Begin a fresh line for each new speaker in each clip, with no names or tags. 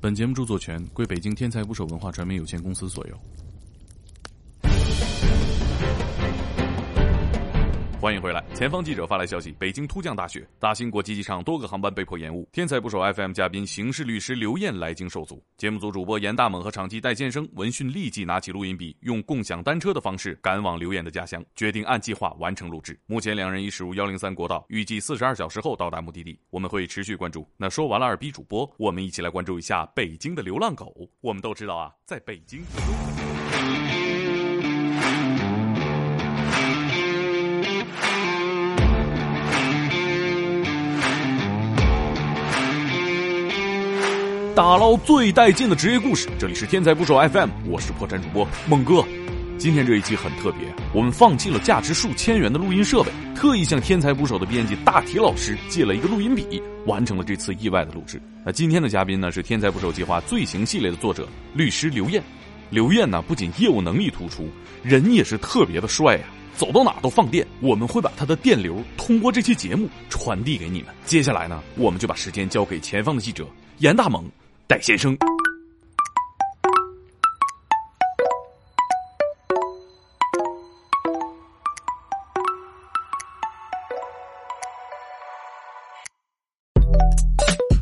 本节目著作权归北京天才捕手文化传媒有限公司所有。欢迎回来。前方记者发来消息：北京突降大雪，大兴国际机场多个航班被迫延误。天才捕手 FM 嘉宾刑事律师刘艳来京受阻。节目组主播严大猛和场记戴建生闻讯立即拿起录音笔，用共享单车的方式赶往刘艳的家乡，决定按计划完成录制。目前两人已驶入幺零三国道，预计四十二小时后到达目的地。我们会持续关注。那说完了二逼主播，我们一起来关注一下北京的流浪狗。我们都知道啊，在北京。打捞最带劲的职业故事，这里是天才捕手 FM，我是破产主播猛哥。今天这一期很特别，我们放弃了价值数千元的录音设备，特意向天才捕手的编辑大铁老师借了一个录音笔，完成了这次意外的录制。那今天的嘉宾呢是天才捕手计划罪行系列的作者律师刘艳。刘艳呢不仅业务能力突出，人也是特别的帅呀、走到哪都放电。我们会把他的电流通过这期节目传递给你们。接下来呢，我们就把时间交给前方的记者严大猛、戴先生。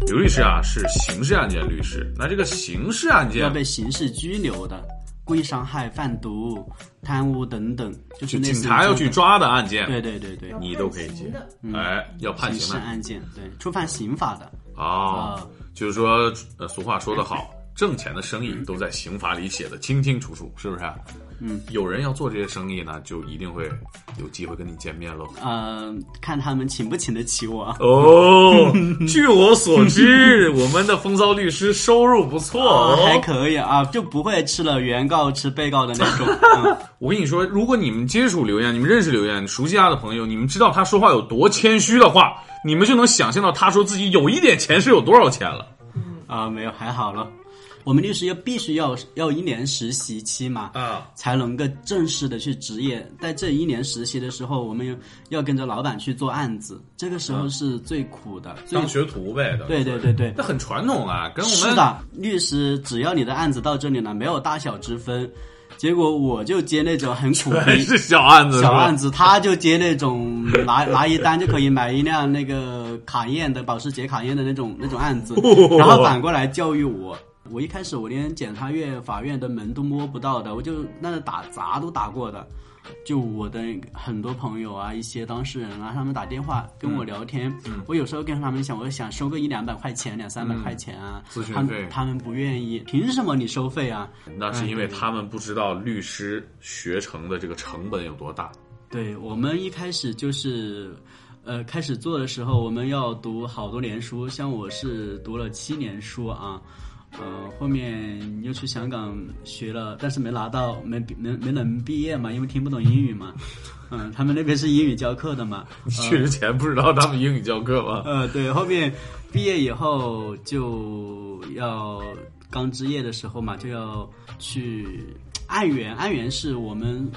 刘律师啊，是刑事案件律师。那这个刑事案
要
件
被刑事拘留的，故意伤害、贩毒、贪污等等，就
就
是类似于
警察要去抓的案件，
这种。对对对对，
你都可以接
判刑的。
哎，要判
刑
刑
事
的
案件，对触犯刑法的，
哦
啊，
就是说，呃，俗话说得好，挣钱的生意都在刑法里写的清清楚楚，是不是？啊
嗯，
有人要做这些生意呢，就一定会有机会跟你见面喽。
呃，看他们请不请得起我。啊
哦，据我所知，我们的风骚律师收入不错
啊 还
哦。
可以啊，就不会吃了原告吃被告的 那种。嗯、
我跟你说，如果你们接触刘艳，你们认识刘艳，熟悉她的朋友，你们知道她说话有多谦虚的话，你们就能想象到她说自己有一点钱是有多少钱了。
啊，没有，还好了。我们律师要必须要要一年实习期嘛，
啊，
才能够正式的去执业。在这一年实习的时候，我们要要跟着老板去做案子，这个
啊
时候是最苦的。最
当学徒呗，等于
对对对对，
那很传统啊，跟我们
是的，律师只要你的案子到这里了，没有大小之分。结果我就接那种很苦
还
逼
是小案子，
小案
子。
子，他就接那种拿 拿一单就可以买一辆那个卡宴的保时捷卡宴的 那种那种案子，
哦
然后反过来教育我。我一开始我连检察院、法院的门都摸不到的，我就那打杂都打过的。就我的很多朋友啊，一些当事人啊，他们打电话跟我聊天，
嗯
我有时候跟他们讲，我想收个一两百块钱、两三百块钱啊，
嗯咨询
他
费
们他们不愿意，凭什么你收费啊？
那是因为他们不知道律师学成的这个成本有多大。
对我们一开始就是，呃，开始做的时候，我们要读好多年书，像我是读了七年书啊，呃，后面又去香港学了，但是没拿到，没没没能毕业嘛，因为听不懂英语嘛，嗯、他们那边是英语教课的嘛，
去之前不知道他们英语教课吗？
呃，对，后面毕业以后就要刚职业的时候嘛，就要去按源，按源是我们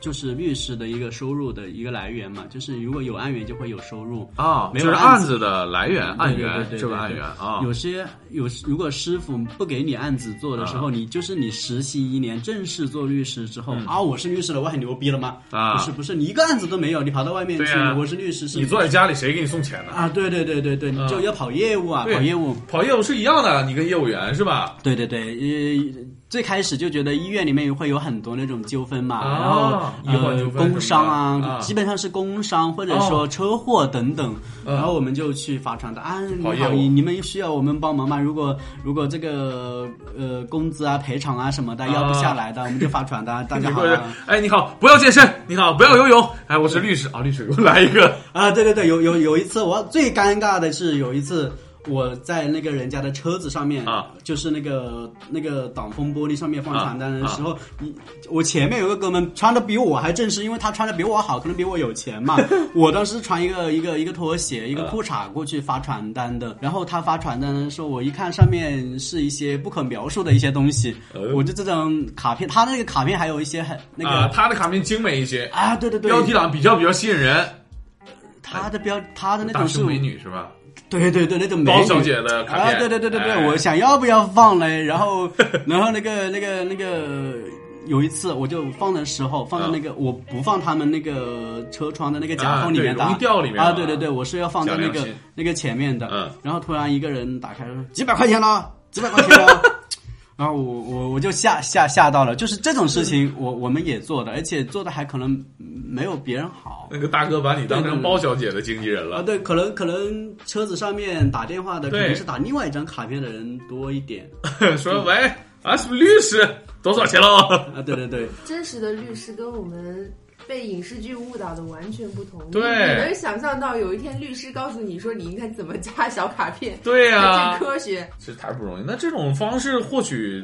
就是律师的一个收入的一个来源嘛，就是如果有按源就会有收入。
啊，
没
就
有
是
案
案
子嗯
子的来源，
对
案
对对
源，
对
这个
对
案
对
源
哦
啊，
有些有，如果师傅不给你案子做的时
啊
候，你就是你实习一年，正式做律师之后、
嗯
啊，我是律师了，我很牛逼了吗？
啊
不是不是，你一个案子都没有，你跑到外面去，
对呀
我是律师是
你坐在家里，谁给你送钱呢？
啊，对对对对对，你就要跑业务啊，
对
跑业务。
跑业务是一样的，你跟业务员是吧？
对对对，呃，最开始就觉得医院里面会有很多那种纠纷嘛，
啊医
然后
患
呃
纠纷什么的
工伤
啊哦
基本上是工伤或者说车祸等等，然后我们就去法传的啊，你
嗯跑业
好，
务
你你们需要我们帮忙吗？如果如果这个呃工资啊赔偿啊什么的要不下来的，我们就发 传单，大家
你
好
过去
啊，
哎，你好，不要健身，你好，不要游泳，哎，我是律师啊，律师给我来一个，
啊，对对对，有有有一次我最尴尬的是有一次。我在那个人家的车子上面，
啊
就是那个那个挡风玻璃上面放传单的时
啊
候，你我前面有个哥们穿的比我还正式，因为他穿的比我好，可能比我有 钱嘛。我当时穿一个一个一个拖鞋，一
啊
个裤衩过去发传单的，然后他发传单的时候，我一看上面是一些不可描述的一些东西，
哎
我就这张卡片，他那个卡片还有一些很那个
啊，他的卡片精美一些，
啊对对对，
标题党比较比较吸引人，
他的标他的那
大
种是
胸美女是吧？
对对对，那种美
包
女
小姐的卡
啊，
片
对对对对对，
哎
我想要不要放嘞？然后 然后那个那个那个。有一次，我就放的时候，放到
嗯
那个、我不放他们那个车窗的那个夹缝里面
啊对
打，
容易掉里面
啊，
啊
对对对，我是要放在那
小良
个
心
那个前面的，
嗯
然后突然一个人打开说几百块钱啦，几百块钱啦， 然后我我我就吓吓吓到了，就是这种事
嗯
情我我们也做的，而且做的还可能没有别人好，
那个大哥把你当成包小姐的经纪人
啊，
了，
对，可能可能车子上面打电话的，可
对
能是打另外一张卡片的人多一点
说喂，啊什么律师多少钱了？
啊，对对对，
真实的律师跟我们被影视剧误导的完全不同。
对
你能想象到有一天律师告诉你说你应该怎么加小卡片，
对啊呀、
这 科学。
这太不容易。那这种方式获取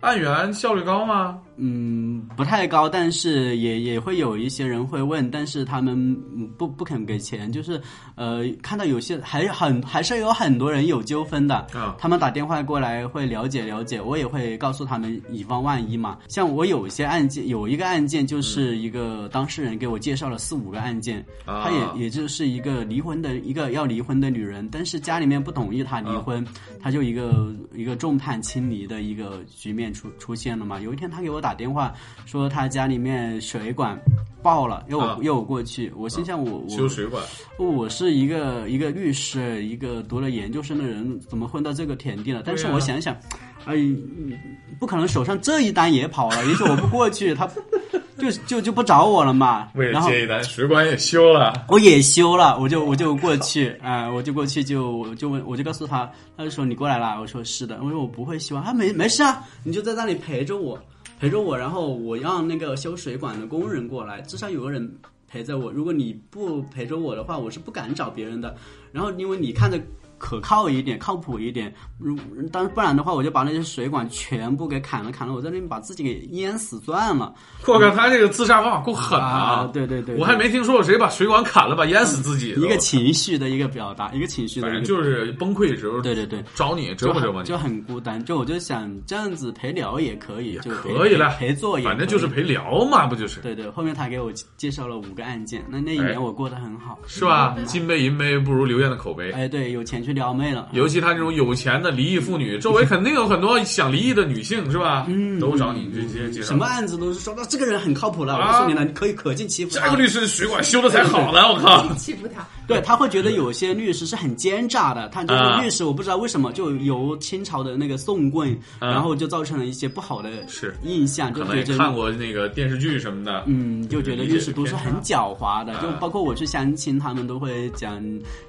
案源效率高吗？
嗯，不太高，但是也也会有一些人会问，但是他们嗯不不肯给钱，就是呃，看到有些还有很还是有很多人有纠纷的，
啊
他们打电话过来会了解了解，我也会告诉他们，以防万一嘛。像我有一些案件，有一个案件就是一个当事人给我介绍了四五个案件，
啊
她也也就是一个离婚的一个要离婚的女人，但是家里面不同意她
嗯
离婚，她就一个一个众叛亲离的一个局面出出现了嘛。有一天她给我打电话说她家里面水管爆了，要我、
啊
要我过去，我心想我、我
修水管，
我是一个一个律师，一个读了研究生的人，怎么混到这个田地了？但是
对啊
我想一想，哎，不可能手上这一单也跑了，也许我不过去，他 就就就不找我了嘛。
为
然
了
后
接一单，水管也修了。
我也休了，我就我就过去，啊、我就过去就我就问，我就告诉他，他就说你过来啦，我说是的，我说我不会修啊，他没没事啊，你就在那里陪着我，陪着我，然后我让那个修水管的工人过来，至少有个人陪着我，如果你不陪着我的话，我是不敢找别人的，然后因为你看着。可靠一点，靠谱一点。如当不然的话，我就把那些水管全部给砍了，砍了，我在那边把自己给淹死算了。
我靠，他这个自杀方法够狠
啊
啊！
对对对对
我还没听说过谁把水管砍了吧，淹死自己的。
一个情绪的一个表达，一个情绪的
反
一个
正就是崩溃的时候，
对对对，
找你折
就
磨
很
折磨你
就，很孤单。就我就想这样子陪聊也可以，就陪
可以了，
陪陪坐也可以
反正就是。陪聊嘛，不就是
对对，后面他给我介绍了五个案件，那那一
哎
年我过得很好。
是吧？
嗯
金杯银杯不如刘艳的口碑。
哎，对，有钱去撩妹了。
尤其她这种有钱的离异妇女，周围肯定有很多想离异的女性，是吧？嗯，都找你直接介绍。
什么案子都是说，那这个人很靠谱了，我
啊
告诉你了，你可以可尽其
下一个
福。
律师水管修的 才好呢，我靠！
欺负他，
对他会觉得有些律师是很奸诈的，他就
啊
是律师，我不知道为什么就由清朝的那个宋棍，
啊
然后就造成了一些不好的
是
印象，就
可能
觉
也
得
看过那个电视剧什么的，
嗯，就觉得律师都是很狡猾的，
嗯
就包括我去相亲，他们都会讲，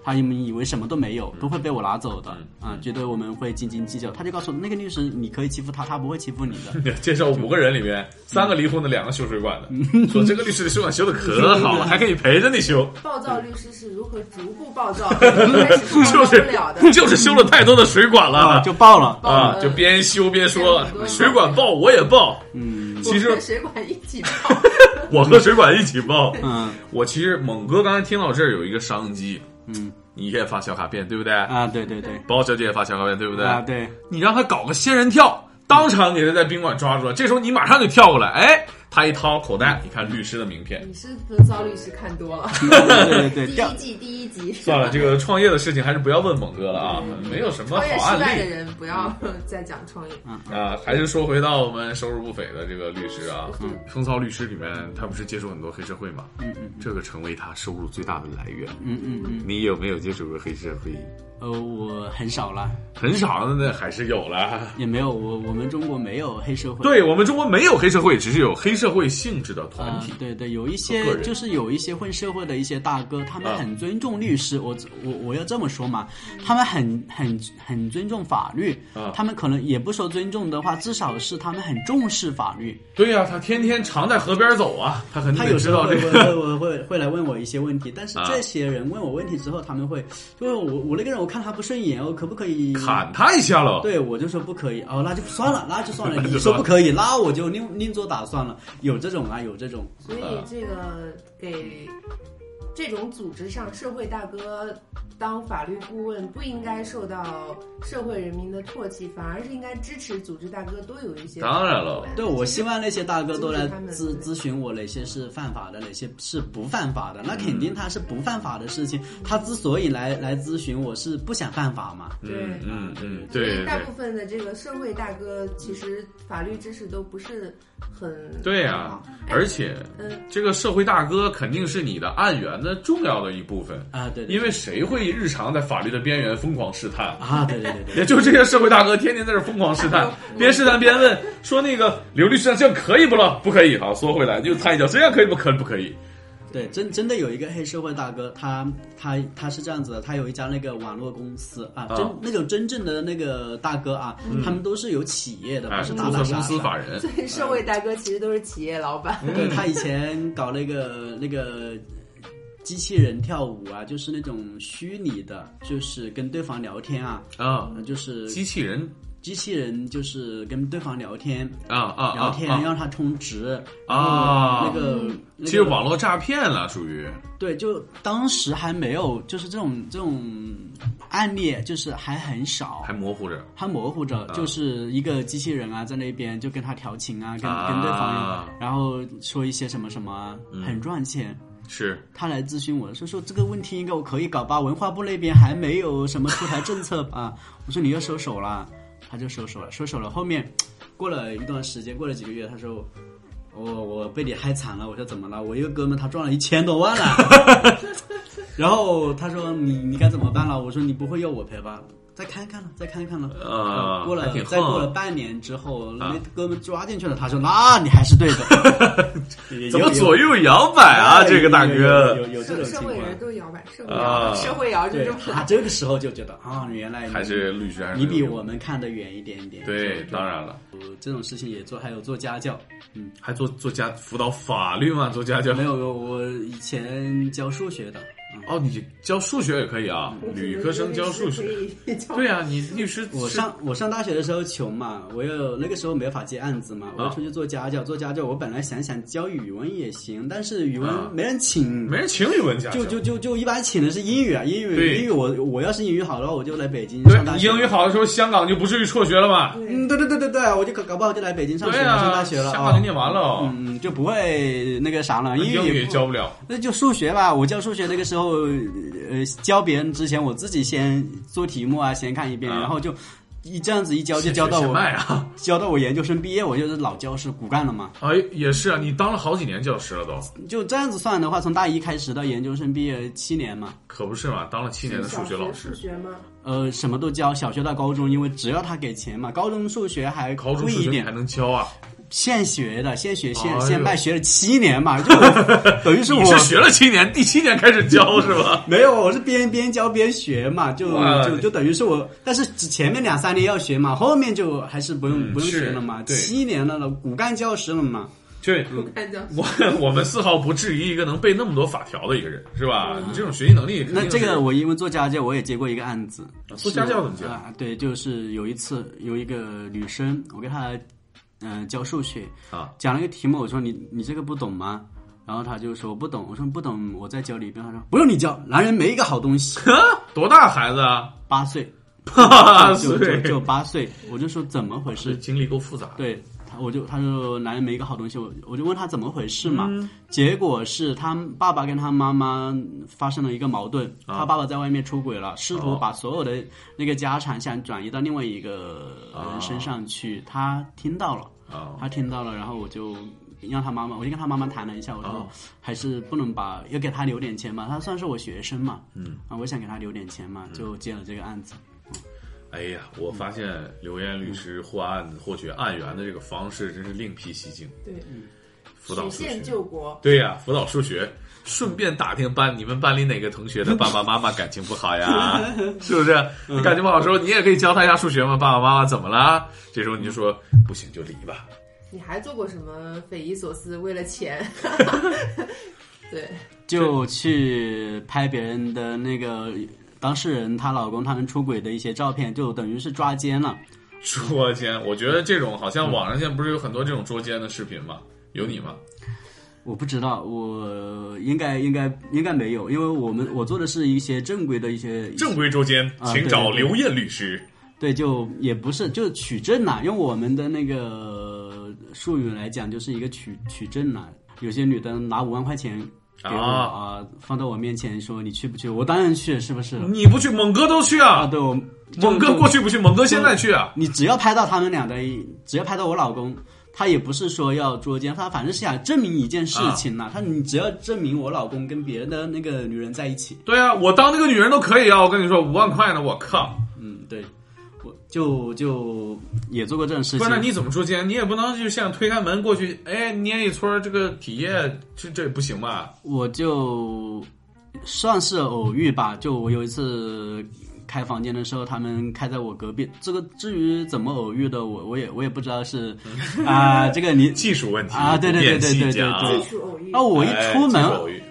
他们以为什么都没有，都会被我拿走的
嗯
啊，觉得我们会斤斤计较。他就告诉我，那个律师你可以欺负他，他不会欺负你的。
介绍五个人里面，三个离婚的，两个修水管的，
嗯
说这个律师的水管修的可好了，还可以陪着你 修，
暴躁律师是如何逐步 暴躁，一开始是
就
暴躁
是
不了的。
就是修了太多的水管
啊，
了
就爆了。
啊，
爆
就边修边说
嗯
水管爆我也爆，
嗯
其实
我和水管一 起爆，
我和水管一起爆。
嗯
我其实猛哥刚才听到这儿有一个商机，
嗯
你也发小卡片对不对？
啊，对对对
包小姐也发小卡片对不对？
啊 对，
你让他搞个仙人跳，当场给他在宾馆抓住了。这时候你马上就跳过来，哎，他一掏口袋，你看律师的名片。
你是和骚律师看多了。
对对对
第
对，掉
一季第一集，
算了，这个创业的事情还是不要问猛哥了啊，没有什么
创业
好
失败
案
的
例
人不要 再讲创业。
啊。还是说回到我们收入不菲的这个律师啊，风骚律师里面，他不是接触很多黑社会嘛？嗯嗯，这个成为他收入最大的来源。
嗯嗯嗯，
你有没有接触过黑社会？
呃，我很少了，
很少，那还是有了。
也没有我我们中国没有黑社会。
对我们中国没有黑社会，只是有黑社会性质的团
啊
体，。
对对，有一
个
些
人
就是有一些混社会的一些大哥，他们
啊
很尊重律师，我我我要这么说嘛，他们很很很尊重法律
啊，
他们可能也不说尊重的话，至少是他们很重视法律。
对呀、他天天常在河边走啊，他肯定
他
得
有时
知
候
道
会
这
会
个。
会会会来问我一些问题，但是
啊
这些人问我问题之后，他们会就是我我那个人我看他不顺眼，我可不可以
砍他一下喽！
对，我就说不可以哦，那就算了，那就算了。
那就
你
算
说
了
不可以，那我就另另做打算了。有这种啊，有这种。
嗯
所以这个给这种组织上，社会大哥当法律顾问不应该受到社会人民的唾弃，反而是应该支持组织大哥多有一些。
当然了
对，我希望那些大哥都来
就是
咨
他们
咨询我哪些是犯法的，哪些是不犯法的。那肯
嗯
定他是不犯法的事情，他之所以来来咨询我是不想犯法嘛。
对
嗯嗯嗯，
所
对
以
对
大
对
部。分的这个社会大哥其实法律知识都不是很
对呀、
好哎
而且
嗯，
这个社会大哥肯定是你的案源的重要的一部分，
啊，对对
因为谁会日常在法律的边缘疯狂试探？
啊，对对对对，
也就这些社会大哥天天在这疯狂试
哎
探，边试探边问，说那个刘律师啊这样可以不了？不可以，好缩回来又猜一脚，这样可以不可以？不可以？
对，真真的有一个黑社会大哥，他他他是这样子的，他有一家那个网络公司啊，
啊
真那种真正的那个大哥啊，他们都是有企业
嗯
的，
哎，
不是
注
打
册
打杀
公司
杀。
法人，
对呃社会大哥其实都是企业老板。
嗯
对他以前搞那个那个机器人跳舞啊，就是那种虚拟的，就是跟对方聊天啊，
啊，
嗯就是
机器人
机器人就是跟对方聊天，
啊啊
聊
啊
天
啊！
让他充值
啊
然后那个那
其
个
实网络诈骗了，属于
对，就当时还没有，就是这种这种案例，就是还很少
还，模糊着。
还模糊着，
啊
就是一个机器人啊，在那边就跟他调情啊，跟跟
啊嗯
对方，然后说一些什么什么啊，很赚钱。
是，
他来咨询我说说这个问题应该我可以搞吧，文化部那边还没有什么出台政策吧。 我说你要收手了，他就收手了，收手了。后面过了一段时间，过了几个月，他说我我被你害惨了。我说怎么了？我一个哥们他赚了一千多万了。 然后他说你你该怎么办了？我说你不会要我赔吧？再看看了，再看看了。
啊
过
还
了
挺
再过
横
了半年之后，那哥们抓进去了。他说那你还是对的。
怎么左右摇摆啊？这个大
哎有有
哥
有有这
社
种
社
情
会人
况。
都摇摆，社会摇摆，
嗯啊
社会摇就
对
这么
他这个时候就觉得啊，原来你
还是律师还是
你比我们看得远一点一点。
对，
就
当然了，
就这种事情也做，还有做家教。
还做做家辅导法律嘛，做家教
没。有，我以前教数学的，嗯
哦，你教数学也可以啊，理科生教数 学。
学，
对啊，你律师
我
是
上我上大学的时候穷嘛，我有那个时候没法接案子嘛，我就出去做家教。做家教，我本来想想教语文也行，但是语
啊
文没人请，
没人请语文家教
就就就就一般请的是英语啊，英
对
语英语我我要是英语好的话，我就来北京上大
对
学。
英语。好的时候，香港就不至于辍学了 吧？
嗯，对对对对对，我就搞搞不好就来北京上学
对
了，
啊，
上大学了
香
哦
港就念完了，
嗯，就不会那个啥了，英
英语
语
也教不了。
那就数学吧。我教数学那个时候，呃，教别人之前，我自己先做题目啊，先看一遍，
啊
然后就一这样子一教就教到
现学现
我
卖啊！
教到我研究生毕业，我就是老教师骨干了嘛。
哎，也是啊，你当了好几年教师了都，
就这样子算的话，从大一开始到研究生毕业七年嘛，
可不是嘛？当了七年的数学老
数
师，
学吗？
呃，什么都教，小学到高中，因为只要他给钱嘛，高中数学还
高中
贵
数
一
学你还
点，
能教啊？
现学的，现学
哎
现
呦
现卖，学了七年 嘛，就等于是
你
我
是学了七年，第七年开始
啊
教是 吧？
没有，我是边边教边学嘛，就
哇
就就等于是我，但是前面两三年要学嘛，后面就还是不用、
嗯
不用
是
学了嘛，
对
七年了了，骨干教师了嘛，
对，
不看教
我我们丝毫不质疑一个能背那么多法条的一个人，是吧？你这种学习能力肯定
那
是，
这个我因为做家教，我也接过一个案子，
做家教怎么
是
教
啊？对，就是有一次有一个女生，我给她嗯、呃教数学
啊，
讲了一个题目，我说你你这个不懂吗？然后她就说不懂，我说不懂，我再教你一遍。她说不用你教，男人没一个好东西。
多大孩子啊？
八岁，
八
就就
岁，
就八岁，我就说怎么回事
这？经历够复杂。
对，他我就他就男人没一个好东西，我我就问他怎么回事嘛，
嗯
结果是他爸爸跟他妈妈发生了一个矛盾，他爸爸在外面出轨了，试图
啊哦
把所有的那个家产想转移到另外一个
啊
人身上去，他听到了，
啊，
他听到了，然后我就。让他妈妈，我就跟他妈妈谈了一下，我说
哦
还是不能把，要给他留点钱嘛，他算是我学生嘛，嗯，啊，我想给他留点钱
嗯
嘛，就接了这个案子，
哎呀，我发现刘艳律师获案获取案源的这个方式真是另辟蹊径，
对，
嗯辅导数
曲线
学。
救国。
对呀、辅导数学，顺便打听班你们班里哪个同学的爸爸妈妈感情不好呀？ 是不是？
嗯
你感情不好的时候，你也可以教他一下数学嘛，爸爸妈妈怎么啦？这时候你就说不行就离吧。
你还做过什么匪夷所思？为了钱？ 对，
就去拍别人的那个当事人她老公他们出轨的一些照片，就等于是抓奸了。
捉奸，我觉得这种好像网上现在不是有很多这种捉奸的视频吗？有你吗？
我不知道，我应该应该应该没有，因为我们我做的是一些正规的一些
正规周间，
啊
请找
对对对
刘艳律师。
对，就也不是，就是取证啦。用我们的那个术语来讲，就是一个取取证啦。有些女的拿五万块钱给我啊、放到我面前说你去不去？我当然去，是不是？
你不去，猛哥都去
啊，
啊！
对，我
猛哥过，去不去，猛哥现在去啊！
你只要拍到他们俩的，只要拍到我老公。他也不是说要捉奸，他反正是想证明一件事情啦。他你只要证明我老公跟别的那个女人在一起，
对啊，我当那个女人都可以啊！我跟你说，五万块呢，我靠！
嗯，对，我就就也做过这种事情。
不然你怎么捉奸？你也不能就像推开门过去，哎，捏一撮这个体液，这这也不行吧？
我就算是偶遇吧。就我有一次开房间的时候，他们开在我隔壁。这个至于怎么偶遇的，我我也我也不知道 是啊、这个你
技术问题
啊对对对
不便细
对对
讲
对
技术偶遇
啊，我一
哎
出门
技术偶遇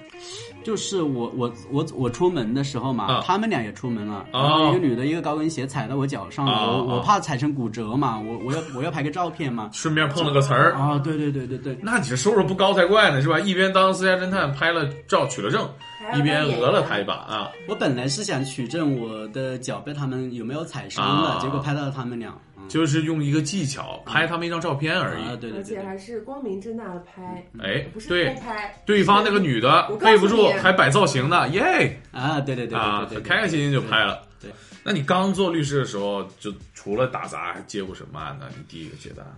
就是我我我我出门的时候嘛，
啊
他们俩也出门了，
哦
然后一个女的，一个高跟鞋踩到我脚上了，
哦
我
哦
我怕踩成骨折嘛，我我要我要拍个照片嘛。
顺便碰了个词儿，
啊，对对对对对，
那你这收入不高才怪呢，是吧？一边当私家侦探拍了照取了证，一边讹了他一把
嗯
啊！
我本来是想取证我的脚被他们有没有踩伤的，
啊
结果拍到了他们俩。嗯
就是用一个技巧拍他们一张照片而已。
啊，对对
而
对
且
对。
还是光明正大的拍，
哎
不，是
对
偷，拍。
对方那个女的
我告诉
背不住
你
还摆造型呢，耶
啊，对对对
啊
对对，对，
开开心心就拍了。
对对
那你刚做律师的时候，就除了打杂，还接过什么案呢？你第一个接的案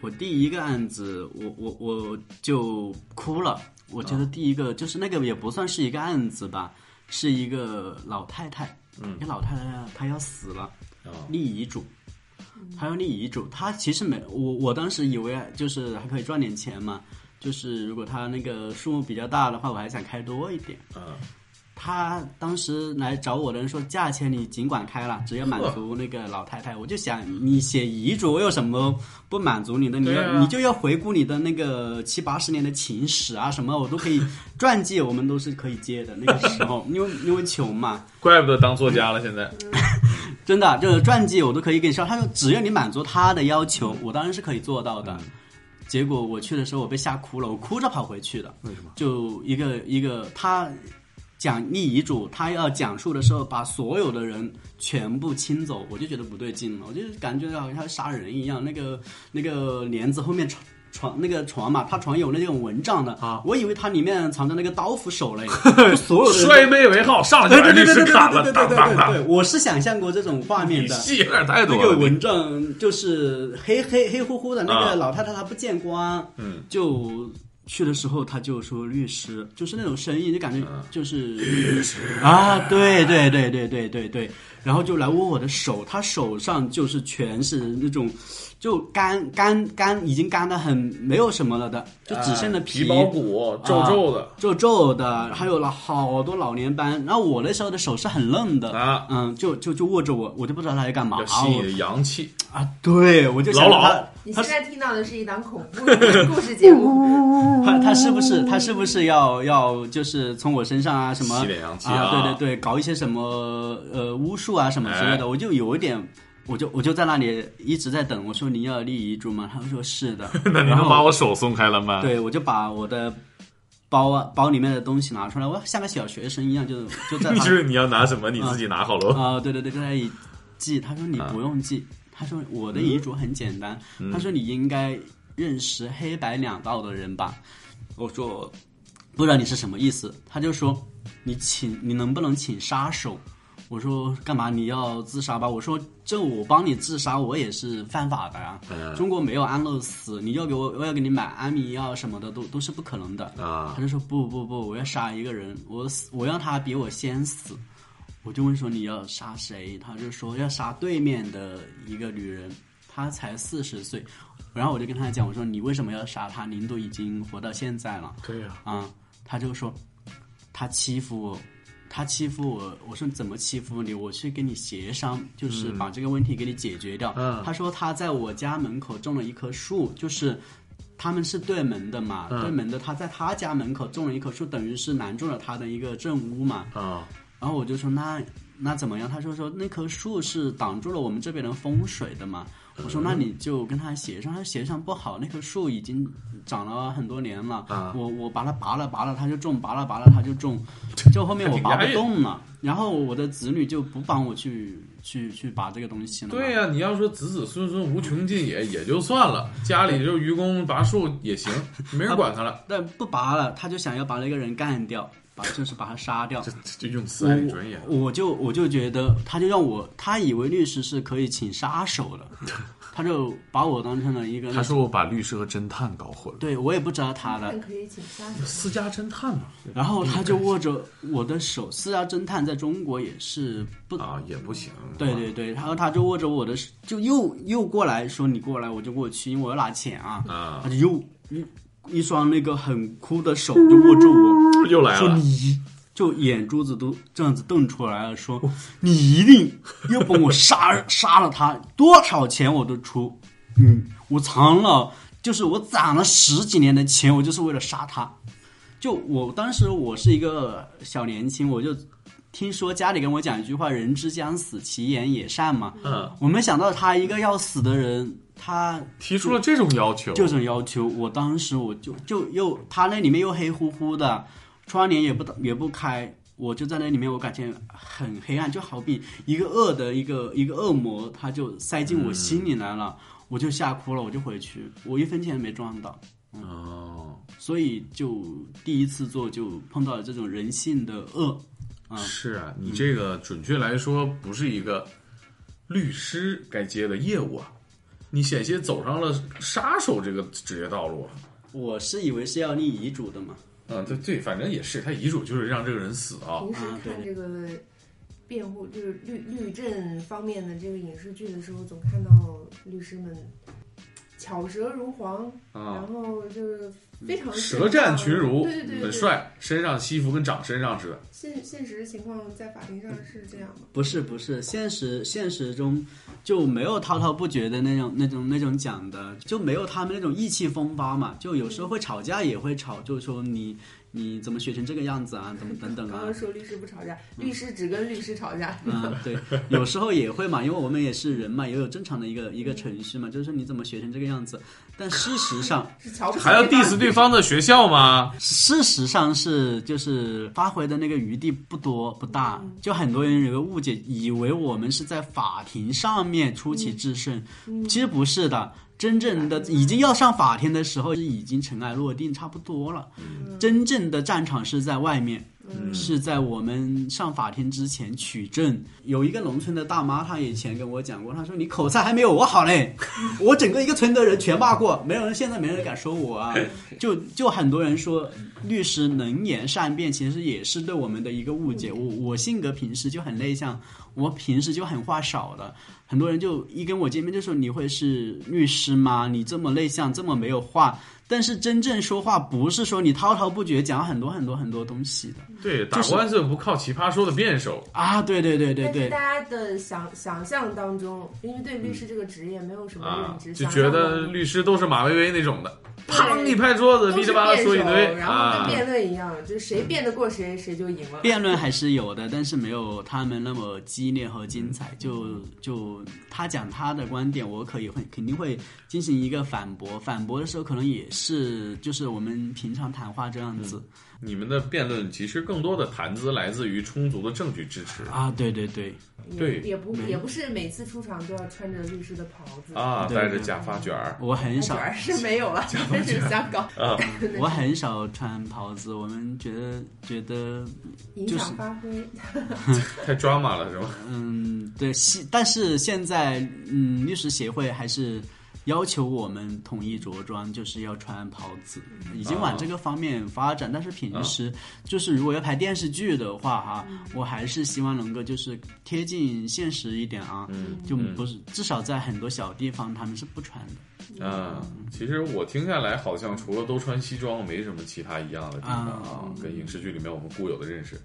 我第一个案子，我我我就哭了。我
啊
觉得第一个就是那个也不算是一个案子吧，是一个老太太，嗯，一个老太太她要死了，
啊？
立遗嘱，她要立遗嘱。她其实没我我当时以为就是还可以赚点钱嘛，就是如果她那个数目比较大的话，我还想开多一点。
啊，
他当时来找我的人说，价钱你尽管开了，只要满足那个老太太。我就想，你写遗嘱我有什么不满足你的？你
对
要、
啊
你就要回顾你的那个七八十年的情史啊，什么我都可以 传记，我们都是可以接的。那个时候，因为因为穷嘛，
怪不得当作家了，现在
真的就是传记我都可以给你上。他说，只要你满足他的要求，我当然是可以做到的。
嗯
结果我去的时候，我被吓哭了，我哭着跑回去的。
为什么？
就一个一个他讲立遗嘱，他要讲述的时候，把所有的人全部清走，我就觉得不对劲了，我就感觉好像他杀人一样，那个那个帘子后面床床那个床嘛，他床有那种蚊帐的，
啊
我以为它里面藏着那个刀斧 手嘞，就所有的人
摔杯为号，上来就把律师砍了，
对对对对对对
当
对
当
对
当
对，！我是想象过这种画面
你
的，
戏有点太
那
多
个
了。
蚊帐就是黑黑黑乎乎的，那
啊
个老太太她不见光，
嗯，
就去的时候她就说律师，就是那种声音，就感觉就是律师啊，对对对对对对对，然后就来握我的手，她手上就是全是那种就干干干已经干的很没有什么了的，就只剩了
皮包骨，皱皱的
皱皱啊的，还有了好多老年斑。然后我那时候的手是很嫩的，
啊
嗯，就就就握着我，我就不知道他在干嘛
要
啊
吸
我
引阳气。
啊！对，我就想
老老
你现在听到的是一档恐怖 的故事节目，
他他他是不是他是不是要要就是从我身上啊什么
吸点阳气啊
啊？对对对，搞一些什么呃巫术啊什么之类
哎。
的，我就有一点。我就我就在那里一直在等，我说你要立遗嘱吗？他们说是的
那你
然
能
后
把我手松开了吗？
对，我就把我的包啊包里面的东西拿出来，我像个小学生一样就，就 在
你
他
就是你要拿什么，你自己拿好喽。
啊、对对对，就在那里记。他说你不用记，他说我的遗嘱很简单，他说你应该认识黑白两道的人吧。我说不知道你是什么意思，他就说你请你能不能请杀手？我说干嘛你要自杀吧？我说这我帮你自杀，我也是犯法的啊。中国没有安乐死，你要给我我要给你买安眠药什么的都都是不可能的。
啊
他就说不不不，我要杀一个人，我死我让他比我先死。我就问说你要杀谁？他就说要杀对面的一个女人，她才四十岁。然后我就跟他讲，我说你为什么要杀她？您都已经活到现在了
对呀，
啊、他就说他欺负我，他欺负我。我说怎么欺负你？我去跟你协商，就是把这个问题给你解决掉。
嗯
他说他在我家门口种了一棵树，就是他们是对门的嘛，
嗯
对门的他在他家门口种了一棵树，等于是拦住了他的一个正屋嘛。
啊，
然后我就说那那怎么样？他说说那棵树是挡住了我们这边的风水的嘛。我说那你就跟他协商，他说协商不好，那棵树已经长了很多年了。
啊
我我把它拔了拔了，它就种；拔了拔了，它就种。就后面我拔不动了，然后我的子女就不帮我去去去拔这个东西了嘛。
对呀、你要说子子孙孙无穷尽也也就算了，家里就是愚公拔树也行，没人管他了。
但不拔了，他就想要把那个人干掉，把就是把他杀掉
这。这用词还挺专业。
我我就我就觉得，他就让我，他以为律师是可以请杀手 的，他就把我当成了一个。
他说我把律师和侦探搞混了，
对我也不知道他的
看， 可以请杀手。
私家侦探嘛。
然后他就握着我的手，私家侦探在中国也是不，
啊，也不行。
对对对，然后他就握着我的手，就又又过来说你过来，我就过去，因为我要拿钱啊，
啊
他，就又一一双那个很枯的手就握住我，
又来
说
了。
你就眼珠子都这样子瞪出来了，说你一定要帮我杀 杀了他，多少钱我都出，嗯，我藏了，就是我攒了十几年的钱，我就是为了杀他。就我当时我是一个小年轻，我就听说家里跟我讲一句话：“人之将死，其言也善”嘛。
嗯，
我没想到他一个要死的人，他
提出了这种要求，
就这种要求，我当时我就就又他那里面又黑乎乎的，窗帘也不也不开，我就在那里面，我感觉很黑暗，就好比一个恶的一个一个恶魔，他就塞进我心里来了，我就吓哭了，我就回去，我一分钱也没赚到，
哦，
所以就第一次做就碰到了这种人性的恶，啊
是啊，你这个准确来说不是一个律师该接的业务啊，你险些走上了杀手这个职业道路啊。
我是以为是要立遗嘱的嘛，
嗯，对对，反正也是，他遗嘱就是让这个人死啊。
平时
啊对
看这个辩护就是律律政方面的这个影视剧的时候，总看到律师们巧舌如簧，
啊
然，后就是非常
舌战群儒，
嗯对对对，
很。帅，身上西服跟长身上似的。
现现实情况在法庭上是这样吗？
不是不是，现实现实中就没有滔滔不绝的那种那种那种讲的，就没有他们那种意气风发嘛。就有时候会吵架，也会吵，就说你你怎么学成这个样子啊，怎么等等
刚
啊
嗯
刚。说律师不吵架，律师只跟律师吵架。
嗯，对，有时候也会嘛，因为我们也是人嘛，也有正常的一个一个程序嘛，就是说你怎么学成这个样子。但事实上，
是瞧不起
还要
对方
diss 对方的学校吗？
事实上是就是发挥的那个余地不多不大，就很多人有个误解，以为我们是在法庭上面出奇制胜，其实不是的。真正的已经要上法庭的时候，已经尘埃落定，差不多了。真正的战场是在外面，是在我们上法庭之前取证。有一个农村的大妈，她以前跟我讲过，她说：“你口才还没有我好嘞，我整个一个村的人全骂过，没有人现在没人敢说我啊。”就就很多人说律师能言善辩，其实也是对我们的一个误解。我我性格平时就很内向，我平时就很话少的，很多人就一跟我见面就说你会是律师吗？你这么内向，这么没有话。但是真正说话不是说你滔滔不绝讲很多很多很多东西的
对，打
就是
官司不靠奇葩说的辩手，
啊！对对对对
但是
对
大，家的想想象当中，因为对律师这个职业没有什么
嗯啊
认
就
知，，想
觉
象
得
当中
律师都是马薇薇那种的，
对
砰一拍桌子，
都
噼里
是
啪啦
辩
说一
手
堆
然后
啊
跟。辩论一样，就是谁辩得过谁，谁就赢了。
辩论还是有的，但是没有他们那么激烈和精彩。就就他讲他的观点，我可以会肯定会进行一个反驳。反驳的时候，可能也是就是我们平常谈话这样子、
你们的辩论其实更多的谈资来自于充足的证据支持
啊。对对对，
也
对
也不也不是每次出场都要穿着律师的袍子
啊，
对
戴着假发卷儿
我很
卷
少，
儿是没有了， 这是香港
啊，
我很少穿袍子。我们觉得觉得
影
就是
响发挥。
太 drama 了是吧？
嗯，对，现但是现在，嗯，律师协会还是要求我们统一着装，就是要穿袍子，已经往这个方面发展。但是平时、就是如果要拍电视剧的话、哈，我还是希望能够就是贴近现实一点啊，
嗯
就不是至少在很多小地方他们是不穿的
啊，其实我听下来好像除了都穿西装，没什么其他一样的地方啊，跟影视嗯剧里面我们固有的认识。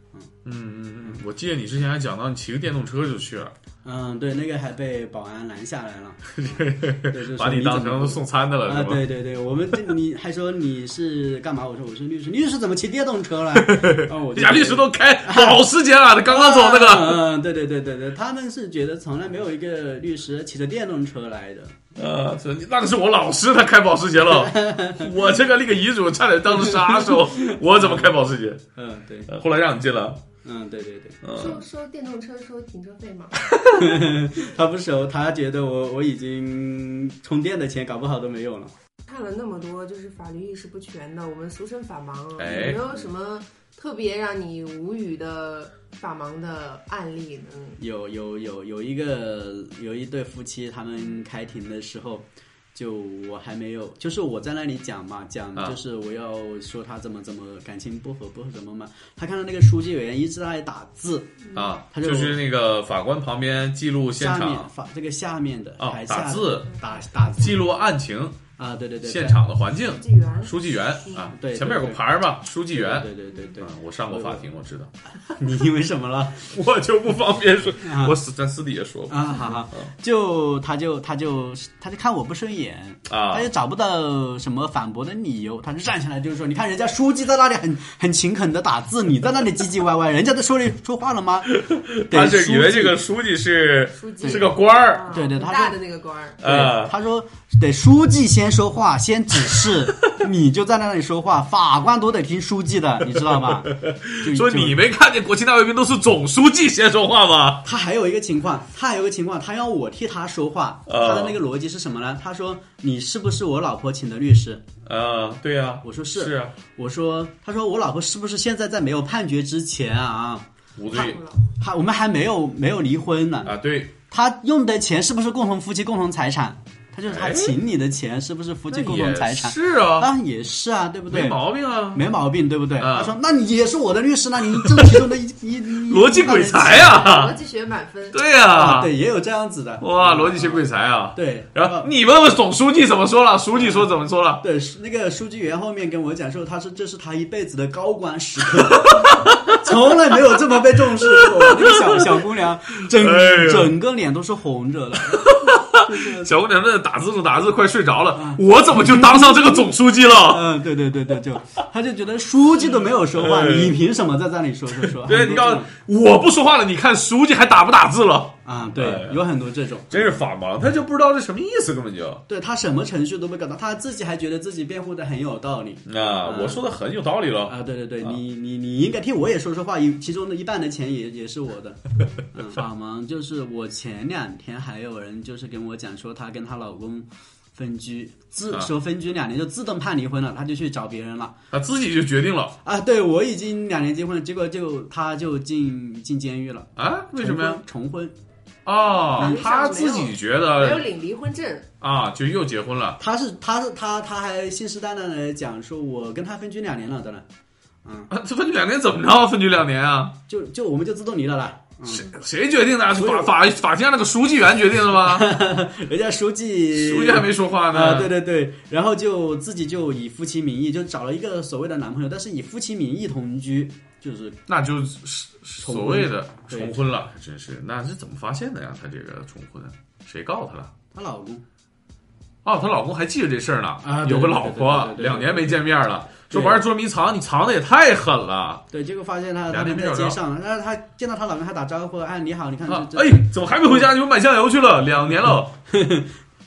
嗯嗯嗯，我记得你之前还讲到你骑个电动车就去了，
嗯，对，那个还被保安拦下 来了，对，就是
把
说
你当
怎么
成送餐的了
啊，
是吧？
对对对，我们这你还说你是干嘛？我说我是律师，律师怎么骑电动 车了？啊，我就
贾律师都开老时间 了，他刚刚从那个，
嗯，嗯对对对对对，他们是觉得从来没有一个律师骑着电动车来的。
呃，这那个是我老师，他开保时捷 了，我这个立个遗嘱，差点当成杀手，我怎么开保时捷？
嗯，对，
呃后来让你进了，
嗯，对对对，
收收电动车收停车费吗？
他不熟，他觉得我我已经充电的钱搞不好都没有了。
看了那么多，就是法律意识不全的，我们俗称法盲啊，
哎
有没有什么特别让你无语的法盲的案例呢？嗯
有有有有一个有一对夫妻，他们开庭的时候，就我还没有，就是我在那里讲嘛，讲
啊
就是我要说他怎么怎么感情不和不和怎么嘛，他看到那个书记员一直在那里打字，
啊，
他就
就是那个法官旁边记录现
下面
场
发这个下面的
啊
台，下
打字
打打字
记录案情，
啊，对对对，对嗯
现场的环境，
纪元
书记员啊，
对对
前面有个牌儿嘛，书记员
对对对对，
啊，我上过法庭，我知道，
你因为什么了？
我就不方便说
啊，
我私咱私底下说吧
啊，哈哈，
嗯
就他就他就他就看我不顺眼，
啊
他就找不到什么反驳的理由，他就站起来就是说，你看人家书记在那里很很勤恳的打字，你在那里唧唧歪歪，人家都说了说话了吗？
他
对
就以为这个
书
书记是
书记
是个官儿
啊
对对
很
他
大
是
的那个官儿，
记对
啊，
他说得书记先说话，先指示，你就在那里说话，法官都得听书记的，你知道 吗？就
说
就
你没看见国庆大阅兵都是总书记先说话吗？
他还有一个情况，他还有一个情况，他要我替他说话，
呃
他的那个逻辑是什么呢？他说你是不是我老婆请的律师？
啊，对呀，
我说是
是啊，
我说，他说我老婆是不是现在在没有判决之前啊？
五对
我老
还我们还没有没有离婚呢，
啊，对，
他用的钱是不是共同夫妻共同财产？他就是他
哎
请你的钱是不是夫妻共同
也
财产？
是啊，
当然也是啊，对不对？
没毛病啊，
没毛病，对不对？
啊
他说，那你也是我的律师，那你这 其中的一一一
逻辑鬼才啊
逻，辑学满分，
对
啊，
呀，
对，也有这样子的，
哇，逻辑学鬼才啊，
对，
然后你问问总书记怎么说了，书记说怎么说了？
对，是那个书记员后面跟我讲说，他说这是他一辈子的高光时刻， 从来没有这么被重视过。那个小小姑娘，整、
哎呦
整个脸都是红着的。
小姑娘在那打字打字，快睡着了，我怎么就当上这个总书记了？
嗯，对对对对，就他就觉得书记都没有说话，
哎
你凭什么在这里说说说？
对，你
很多
告
这
诉
种
我不说话了，你看书记还打不打字了？
啊，
哎
对，有很多这种。
真是法盲，他就不知道这什么意思，根本就。啊
对他什么程序都没搞到，他自己还觉得自己辩护的很有道理
啊，我说的很有道理了。
啊！对对对，
啊
你你你应该替我也说说话，一其中的一半的钱也也是我的。嗯，法盲就是我前两天还有人就是跟我讲说，她跟她老公分居，自
啊
说分居两年就自动判离婚了，她就去找别人了
他自己就决定了
啊！对我已经两年结婚了，结果就她就进进监狱了，
啊？为什么呀？
重婚？重婚，
哦
嗯，
他自己觉
没有
得
领离婚证，
啊，就又结婚了。
她是她是她她还信誓旦旦的讲说，我跟他分居两年了，当然，嗯，
啊，这分居两年怎么着？分居两年啊？
就就我们就自动离了啦。 嗯。
谁谁决定的？是
所以
法
我
法法庭上那个书记员决定的吗？
人家书记，
书记还没说话呢。
啊，对对对，然后就自己就以夫妻名义就找了一个所谓的男朋友，但是以夫妻名义同居，就是
那就是所谓的
重
重
婚
婚了，还真是。那是怎么发现的呀？她这个重婚，谁告她了？
她老公
哦，她老公还记着这事儿呢。
啊对
有个老婆
对对对对对对
两年没见面了，
对
说玩捉迷藏，你藏的也太狠了
对，结果发现她
俩
他
人
们
没
在
找
街
着
上，然后她见到她老公还打招呼，哎你好，你看
啊！
这
哎
这，，
怎么还没回家？你们买酱油去了？两年了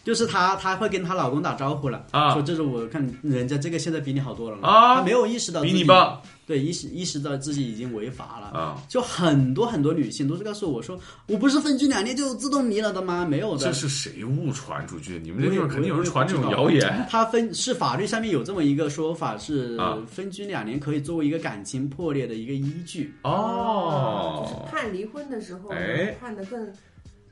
就是她她会跟她老公打招呼了，
啊
说这是我看人家这个现在比你好多了嘛
啊
她没有意识到
比
自
你
己
棒，
对意识意识到自己已经违法了
啊！
就很多很多女性都是告诉我说，我不是分居两年就自动离了的吗？没有的，
啊这是谁误传出去？你们这
我
地
也
方肯定有人传这种
我也
谣
不知道
言。
它分是法律上面有这么一个说法，是
啊
分居两年可以作为一个感情破裂的一个依据。
啊就是
哦，
啊
判离婚的时候
哎
判的更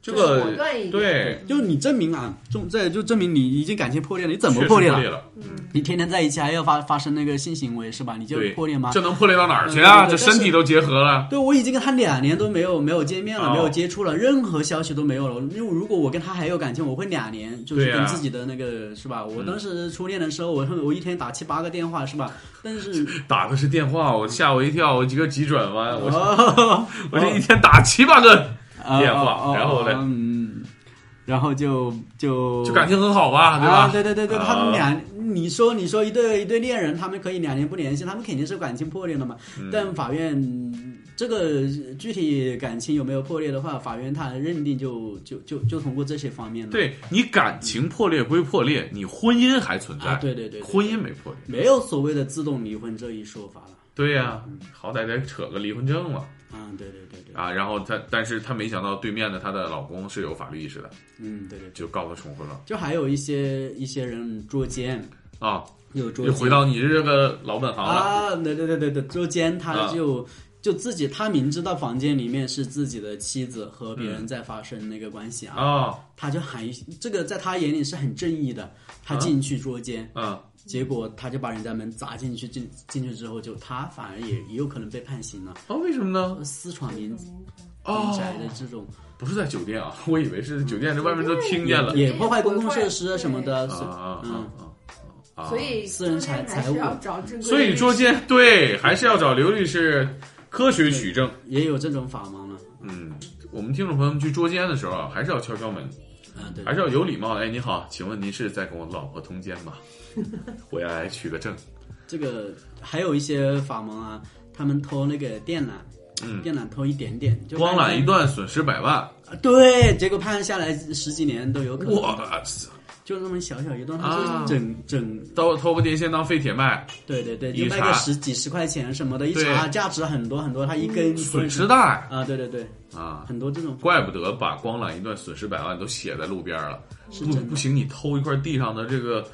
这
就是果
个
断一点，
对，
就是你证明啊，就这就证明你已经感情破裂了，你怎么
确实
破裂了？
裂了？
嗯，
你天天在一起还要发发生那个性行为是吧？你就
对，
破裂吗？
这能破裂到哪儿去啊？
啊嗯
这
对对对
身体都结合了。
对，我已经跟他两年都没有没有见面了，
哦
没有接触了，任何消息都没有了。因为如果我跟他还有感情，我会两年就是
对呀
跟自己的那个、是吧？我当时初恋的时候，我 我一天打七八个电话是吧？但是
打的是 电话，我吓我一跳，我几个急转弯，我
哦
我这一天打七八个，
呃
变化
哦哦
然后嘞
嗯，然后就就
就感情很好吧，对吧？
哦啊，对对对对，他们
啊
俩，你说你说一对一对恋人，他们可以两年不联系，他们肯定是感情破裂了嘛。
嗯
但法院这个具体感情有没有破裂的话，法院他的认定就就就就通过这些方面了。
对你感情破裂归破裂，你婚姻还存在，
啊，对对对，对
婚姻没破裂。
没有所谓的自动离婚这一说法了。
对呀、好歹得扯个离婚证嘛
嗯，对对对对，
啊！然后她，但是她没想到对面的她的老公是有法律意识的，
嗯，对对，对
就告她重婚了
就还有一些一些人捉奸，
啊！
有捉
又
奸。
回到你这个老本行了，
啊，对对对对对，周坚他
啊
就、就自己，他明知道房间里面是自己的妻子和别人在发生那个关系啊，
啊，
他就喊一这个在他眼里是很正义的，他进去捉奸，
嗯，
结果他就把人家门砸进去，进进去之后就他反而也也有可能被判刑了，
啊，为什么呢？
私闯民
嗯
民宅的
哦，
这种
不是在酒店啊，我以为是酒店，这外面都听见了
也也破坏公共设施啊什么的，
啊
所以
啊啊
嗯，
啊！啊
所以
私人
中间
财
还
财务
是要找正规律师。
所以捉奸对，还是要找刘律师科学取证。
也有这种法盲了，
嗯，我们听众朋友们去捉奸的时候啊，还是要敲敲门，
嗯，对
还，是要有礼貌的。哎，你好，请问您是在跟我老婆通奸 吗？我要来取个证。
这个还有一些法盲啊，他们偷那个电缆。
嗯
电缆偷一点点，就
光
发
缆一
现
段损失百万，
对，结果判下来十几年都有可能。
哇塞！
就那么小小一段，
啊
他就整、整，
偷偷个电线当废铁卖，
对对对，就
一
卖
查
个十几十块钱什么的，一
对
查价值很多很多，他一根
损失大呀！
啊，对对对，
啊，
很多这种
怪不得把光缆一段损失百万都写在路边了。不
真的
不行，你偷一块地上的这个，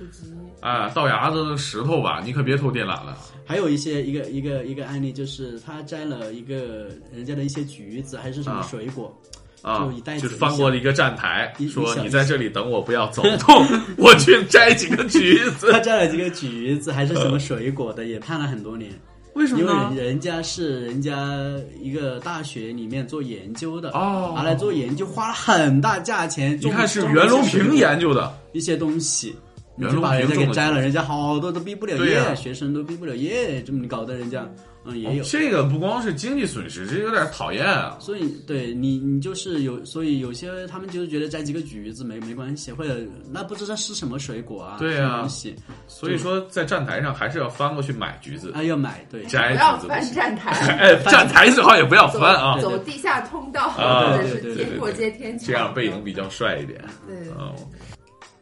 啊，道牙子的石头吧，你可别偷电缆了。
还有一些一个一个一个案例，就是他摘了一个人家的一些橘子还是什
啊
么水果，
啊
就一袋，子
就是翻过了一个站台
一，
说
一小
你在这里等我，不要走动， 我去摘几个橘
他
子。
摘了几个橘子还是什么水果的，也判了很多年。
为什么
因为
呢
人？人家是人家一个大学里面做研究的
哦
拿来做研究花了很大价钱。
你看是
种
袁隆平研究的，
一些东西，你
袁
就
隆
把
平
人家
种
给
的
摘了，人家好多都毕不了
对
业，
呀
学生都毕不了业，这么搞得人家嗯也有。
这个不光是经济损失，这有点讨厌啊。
所以，对你，你就是有，所以有些他们就是觉得摘几个橘子没没关系，或者那不知道是什么水果啊，
对
什么
呀
东西，
所以说，在站台上还是要翻过去买橘子，
啊要买，对，
摘
不要
橘子不
翻
行。
站台，
哎，站台最好也不要
走
翻啊，
走地下通道
啊
或者
对
是
对
对
街
对
过
对
街天桥，
这样背影比较帅一点。
对。
哦，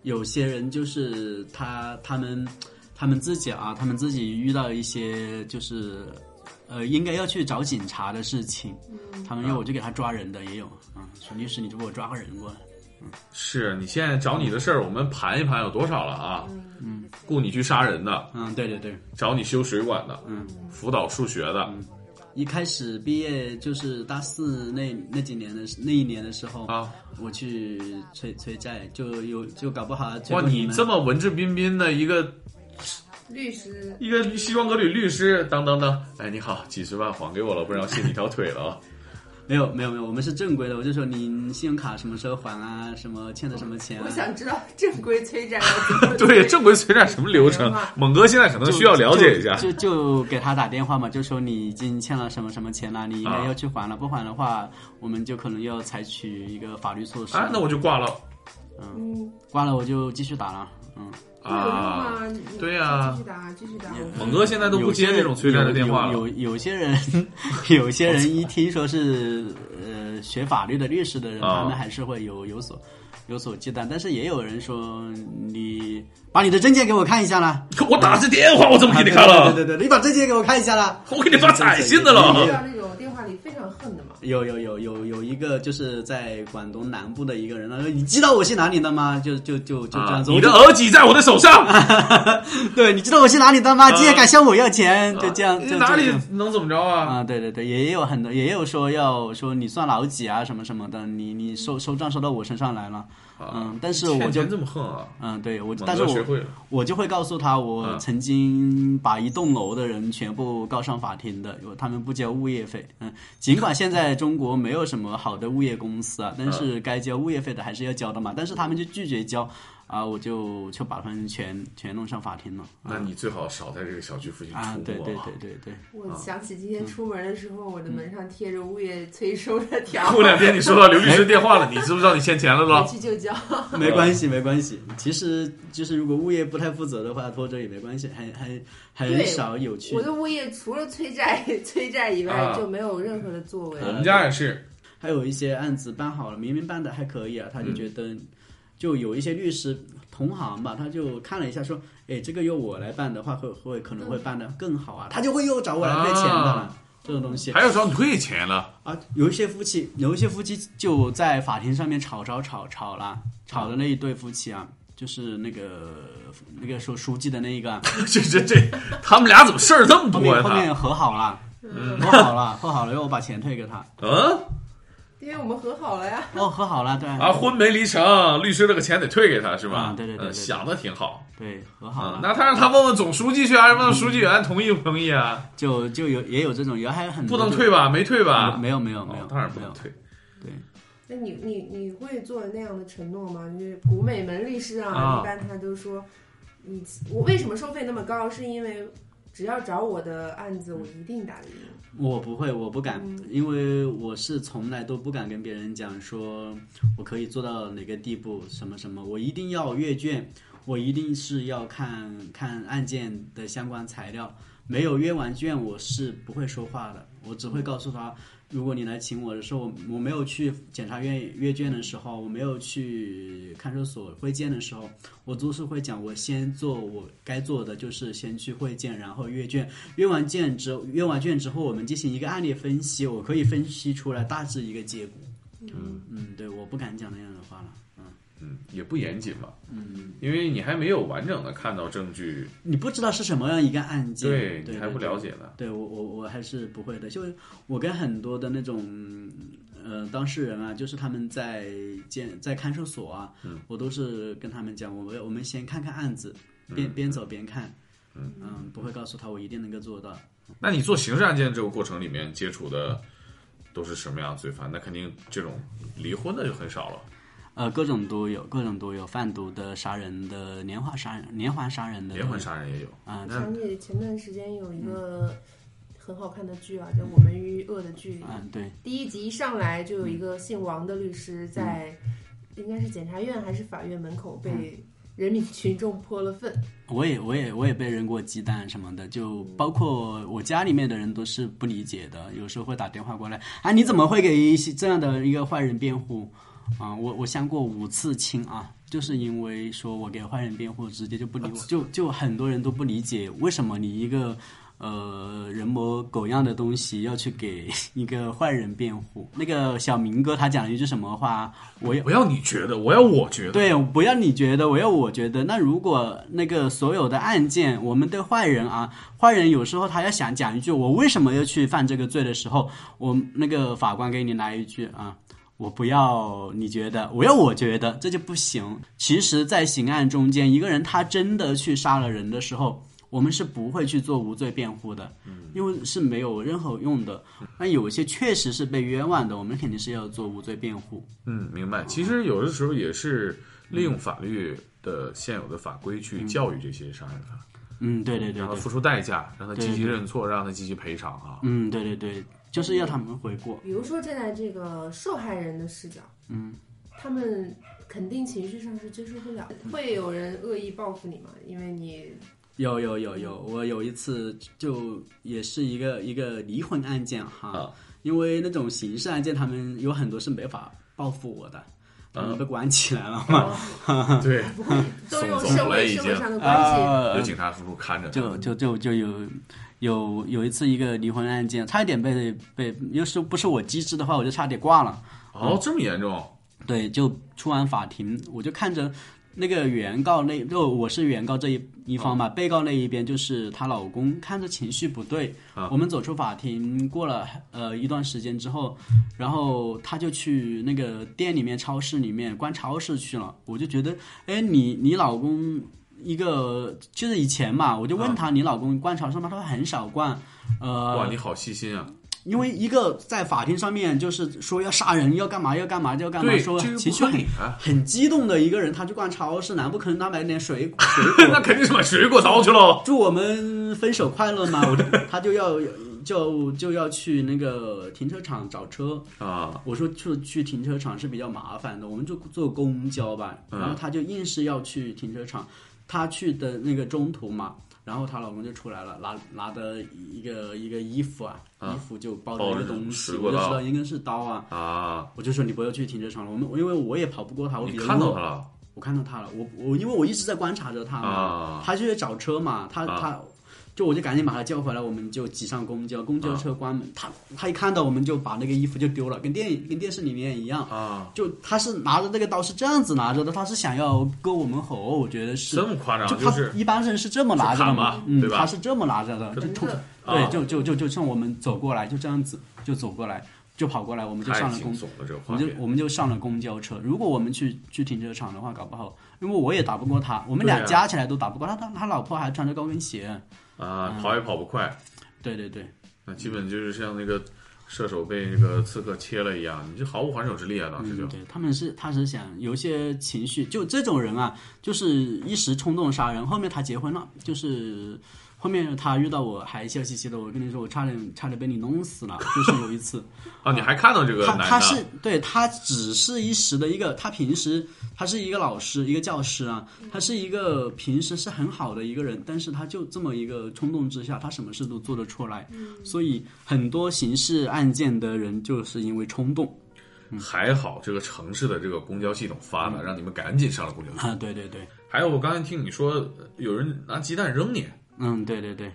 有些人就是他他们他们自己啊，他们自己遇到一些就是呃应该要去找警察的事情，
嗯
他们要我就给他抓人的也有啊，说律师你就给我抓个人过来，
是啊你现在找你的事儿，我们盘一盘有多少了啊？嗯，雇你去杀人的，
嗯，对对对，
找你修水管的，嗯，辅导数学的，
一开始毕业就是大四那那几年的那一年的时候
啊，
我去催催债，就有就搞不好催
哇，
动
你
们
这么文质彬彬的一个
律师
一个西装革履律师，当当当，哎，你好，几十万还给我了，不然我卸你一条腿了啊！
没有没有没有，我们是正规的，我就说你你信用卡什么时候还啊，什么欠的什么钱、啊，
我想知道正规催债要怎么催
对，正规催债什么流程？猛哥现在可能需要了解一下。
就就就给他打电话嘛，就说你已经欠了什么什么钱了，你应该
啊
要去还了，不还的话，我们就可能要采取一个法律措施。
啊，那我就挂了
嗯，
挂了我就继续打了。嗯，
有用
啊！嗯
吗？你
对呀
继续打，继续打。
猛哥现在都不接这种催债的电话
有
了。
有有有些人，有些人一听说是呃学法律的律师的人，
啊
他们还是会有有所有所忌惮，但是也有人说你把你的证件给我看一下啦。
可我打这电话，我怎么给你看
啊
了？
对对对对对，你把证件给我看一下啦。
我给你发彩信的
遇
了。
到那种电话里非常恨的嘛，
有有有有有一个就是在广东南部的一个人，他说你知道我是哪里的吗？就就就就这
啊
样！子。
你
我
的
就
耳机在我的手上，
对，你知道我是哪里的吗？竟然敢向我要钱，就这样，
啊
就
哪
就
里
这样
能怎么着啊？
啊？对对对，也有很多，也有说要说你算老几啊，什么什么的，你你收收账收到我身上来了，嗯，但是我
欠
就
钱这么横啊！
嗯，对我，
猛
但是
哥学
我
会了
我就会告诉他，
嗯
我曾经把一栋楼的人全部告上法庭的，有他们不交物业费。嗯，尽管现在中国没
嗯
有什么好的物业公司啊，但是该交物业费的还是要交的嘛。但是他们就拒绝交，啊，我就就把他们全全弄上法庭了。
那你最好少在这个小区附近
啊，
出
对
没
对对对对，
嗯啊
我想起今天出门的时候，我的门上贴着物业催收的条，
过两天你收到刘律师电话了，你知不知道你欠钱了
回
都？
去就交。
没关系，没关系。其实就是如果物业不太负责的话，拖着也没关系，很很很
对
少有趣
我。的物业除了催债、 催债以外
啊，嗯
就没有任何的作为。
我们家也是，
还有一些案子办好了，明明办的还可以啊，
嗯
他就觉得，就有一些律师同行吧，他就看了一下说，哎，这个由我来办的话，会会可能会办的更好啊，他就会又找我来退钱的了。这种东西
啊还要找你退钱了，
啊，有一些夫妻，有一些夫妻就在法庭上面吵吵吵吵啦，吵的那一对夫妻啊，就是那个那个说书记的那 一个啊，
这这这，他们俩怎么事儿这么
后
多呀？
面后
他，
面和好了，和好了，和好了，让我把钱退给他。
嗯
因为我们和好了呀，
哦，和好了，对
啊，婚没离成，律师这个钱得退给他是吧？
啊对对对
嗯
对对
想的挺好。
对，和好
啊
了。，
那他让他问问总书记去，还是问问书记员同意不同意啊？
就就有也有这种，也还有很
不
多
能
这
退吧？没退
种
吧？
没有没有嗯没有，
哦当然不
没有
能。退。
那你你你会做那样的承诺吗？就是古美门律师啊，
啊
一般他都说，你我为什么收费那么高？是因为只要找我的案子，我一定打得赢。
我不会，我不敢，
嗯
因为我是从来都不敢跟别人讲说我可以做到哪个地步，什么什么，我一定要阅卷，我一定是要看看案件的相关材料，没有阅完卷我是不会说话的，我只会告诉他，如果你来请我的时候，我我没有去检察院阅卷的时候，我没有去看守所会见的时候，我都是会讲，我先做我该做的，就是先去会见，然后阅卷。阅完卷之后阅完卷之后，我们进行一个案例分析，我可以分析出来大致一个结果。嗯嗯，对，我不敢讲那样的话了。
嗯，也不严谨吧。嗯，因为你还没有完整的看到证据，
你不知道是什么样一个案件，对
你还不了解呢。
对我我我还是不会的，就是我跟很多的那种呃当事人啊，就是他们在见在看守所啊，我都是跟他们讲，我们我们先看看案子，边、边走边看，嗯不会告诉他我一定能够做到。
那你做刑事案件这个过程里面接触的都是什么样的罪犯？那肯定这种离婚的就很少了。
呃，各种都有，各种都有，贩毒的、杀人的、连环杀人、连环杀人的都有，
连环杀人也有
啊
那
想起前段时间有一个很好看的剧啊，叫《我们与恶的距离》。
嗯，对，
第一集一上来就有一个姓王的律师在，应该是检察院还是法院门口被人民群众泼了粪。
我也我也我也被扔过鸡蛋什么的，就包括我家里面的人都是不理解的，有时候会打电话过来啊，你怎么会给一些这样的一个坏人辩护？啊、我我相过五次亲啊，就是因为说我给坏人辩护，直接就不理我，就就很多人都不理解为什么你一个呃人模狗样的东西要去给一个坏人辩护。那个小明哥他讲了一句什么话，我也
不要你觉得，我要我觉得。
对，不要你觉得，我要我觉得。那如果那个所有的案件，我们对坏人啊，坏人有时候他要想讲一句我为什么要去犯这个罪的时候，我那个法官给你来一句啊。我不要你觉得，我要我觉得，这就不行。其实，在刑案中间，一个人他真的去杀了人的时候，我们是不会去做无罪辩护的，因为是没有任何用的。那有一些确实是被冤枉的，我们肯定是要做无罪辩护。
嗯，明白。其实有的时候也是利用法律的现有的法规去教育这些杀人犯，
嗯，对对对
让他
对。
付出代价，让他积极
对对
认错，让他积极赔偿啊。
嗯，对对对，就是要他们悔过。
比如说站在这个受害人的视角，嗯，他们肯定情绪上是接受不了的，会有人恶意报复你吗？因为你
有有有有，我有一次就也是一个一个离婚案件哈，
啊
因为那种刑事案件，他们有很多是没法报复我的，他们被关起来了嘛，
对，
都用
送
社
走了
会
已
社
经
会上的关系，
呃
有警察叔叔看着他。
就嗯就就就有有有一次一个离婚案件，差一点被被，要是不是我机智的话，我就差点挂了。
哦，这么严重？
对，就出完法庭，我就看着那个原告那，就我是原告这一一方
嗯
嘛，被告那一边就是她老公，看着情绪不对，
啊
我们走出法庭，过了呃一段时间之后，然后他就去那个店里面、超市里面逛超市去了，我就觉得，哎，你你老公一个
啊
就是以前嘛，我就问他，你老公逛超市吗？他说很少逛，呃，
哇，你好细心啊！
因为一个在法庭上面就是说要杀人，要干嘛要干嘛要干嘛，
对
说
这个
情绪
不合
很
理啊
很激动的一个人，他去逛超市，难不可能他买点水果水
那
果，
肯定是买水果刀去 喽。
祝我们分手快乐嘛？我就 他就要就就要去那个停车场找车，
啊，
我说去去停车场是比较麻烦的，我们就坐公交吧。
嗯
然后她就硬是要去停车场，她去的那个中途嘛，然后她老公就出来了，拿拿的一个一个衣服啊，
啊
衣服就包
包
着一
着
个东
水
西，
果
我就
刀
知道应该是刀啊。
啊，
我就说你不要去停车场了，我们因为我也跑不过她，我
你
比较
看到
弱
他了
我看到她了，我我因为我一直在观察着她嘛，
啊？
她就在找车嘛，她
啊
她。就我就赶紧把她叫回来，我们就挤上公交，公
啊
交车关门，她她一看到我们就把那个衣服就丢了，跟电影跟电视里面一样，
啊，
就他是拿着那个刀是这样子拿着的，他是想要割我们喉，我觉得是
这。么夸张，啊
就
就
他
是
一般人是这么拿着的
砍嘛
嗯
对，吧
他是这么拿着的，就
疼
突，
的
啊
对，就就就就冲我们走过来，就这样子就走过来，就跑过来，我们就
太
上了
惊
公，
悚了，这个
我
画
们就
面。
我们就上了公交车。如果我们去去停车场的话，搞不好，因为我也打不过他，我们俩
对啊
加起来都打不过他，他他老婆还穿着高跟鞋，
啊，跑也跑不快，
对对对，
那基本就是像那个射手被这个刺客切了一样，你就毫无还手之力啊，当时就
嗯，对，他们是他是想有些情绪，就这种人啊，就是一时冲动杀人。后面他结婚了，就是后面他遇到我还笑嘻嘻的，我跟你说，我差点差点被你弄死了。就是有一次，
啊，你还看到这个
他
男的？
他是对他只是一时的一个，他平时他是一个老师，一个教师啊，他是一个平时是很好的一个人，但是他就这么一个冲动之下，他什么事都做得出来，所以很多刑事案件的人就是因为冲动 嗯
还好，这个城市的这个公交系统发达，让你们赶紧上了公交车。
啊，对对对。
还有，我刚才听你说呃有人拿鸡蛋扔你，
嗯，对对对，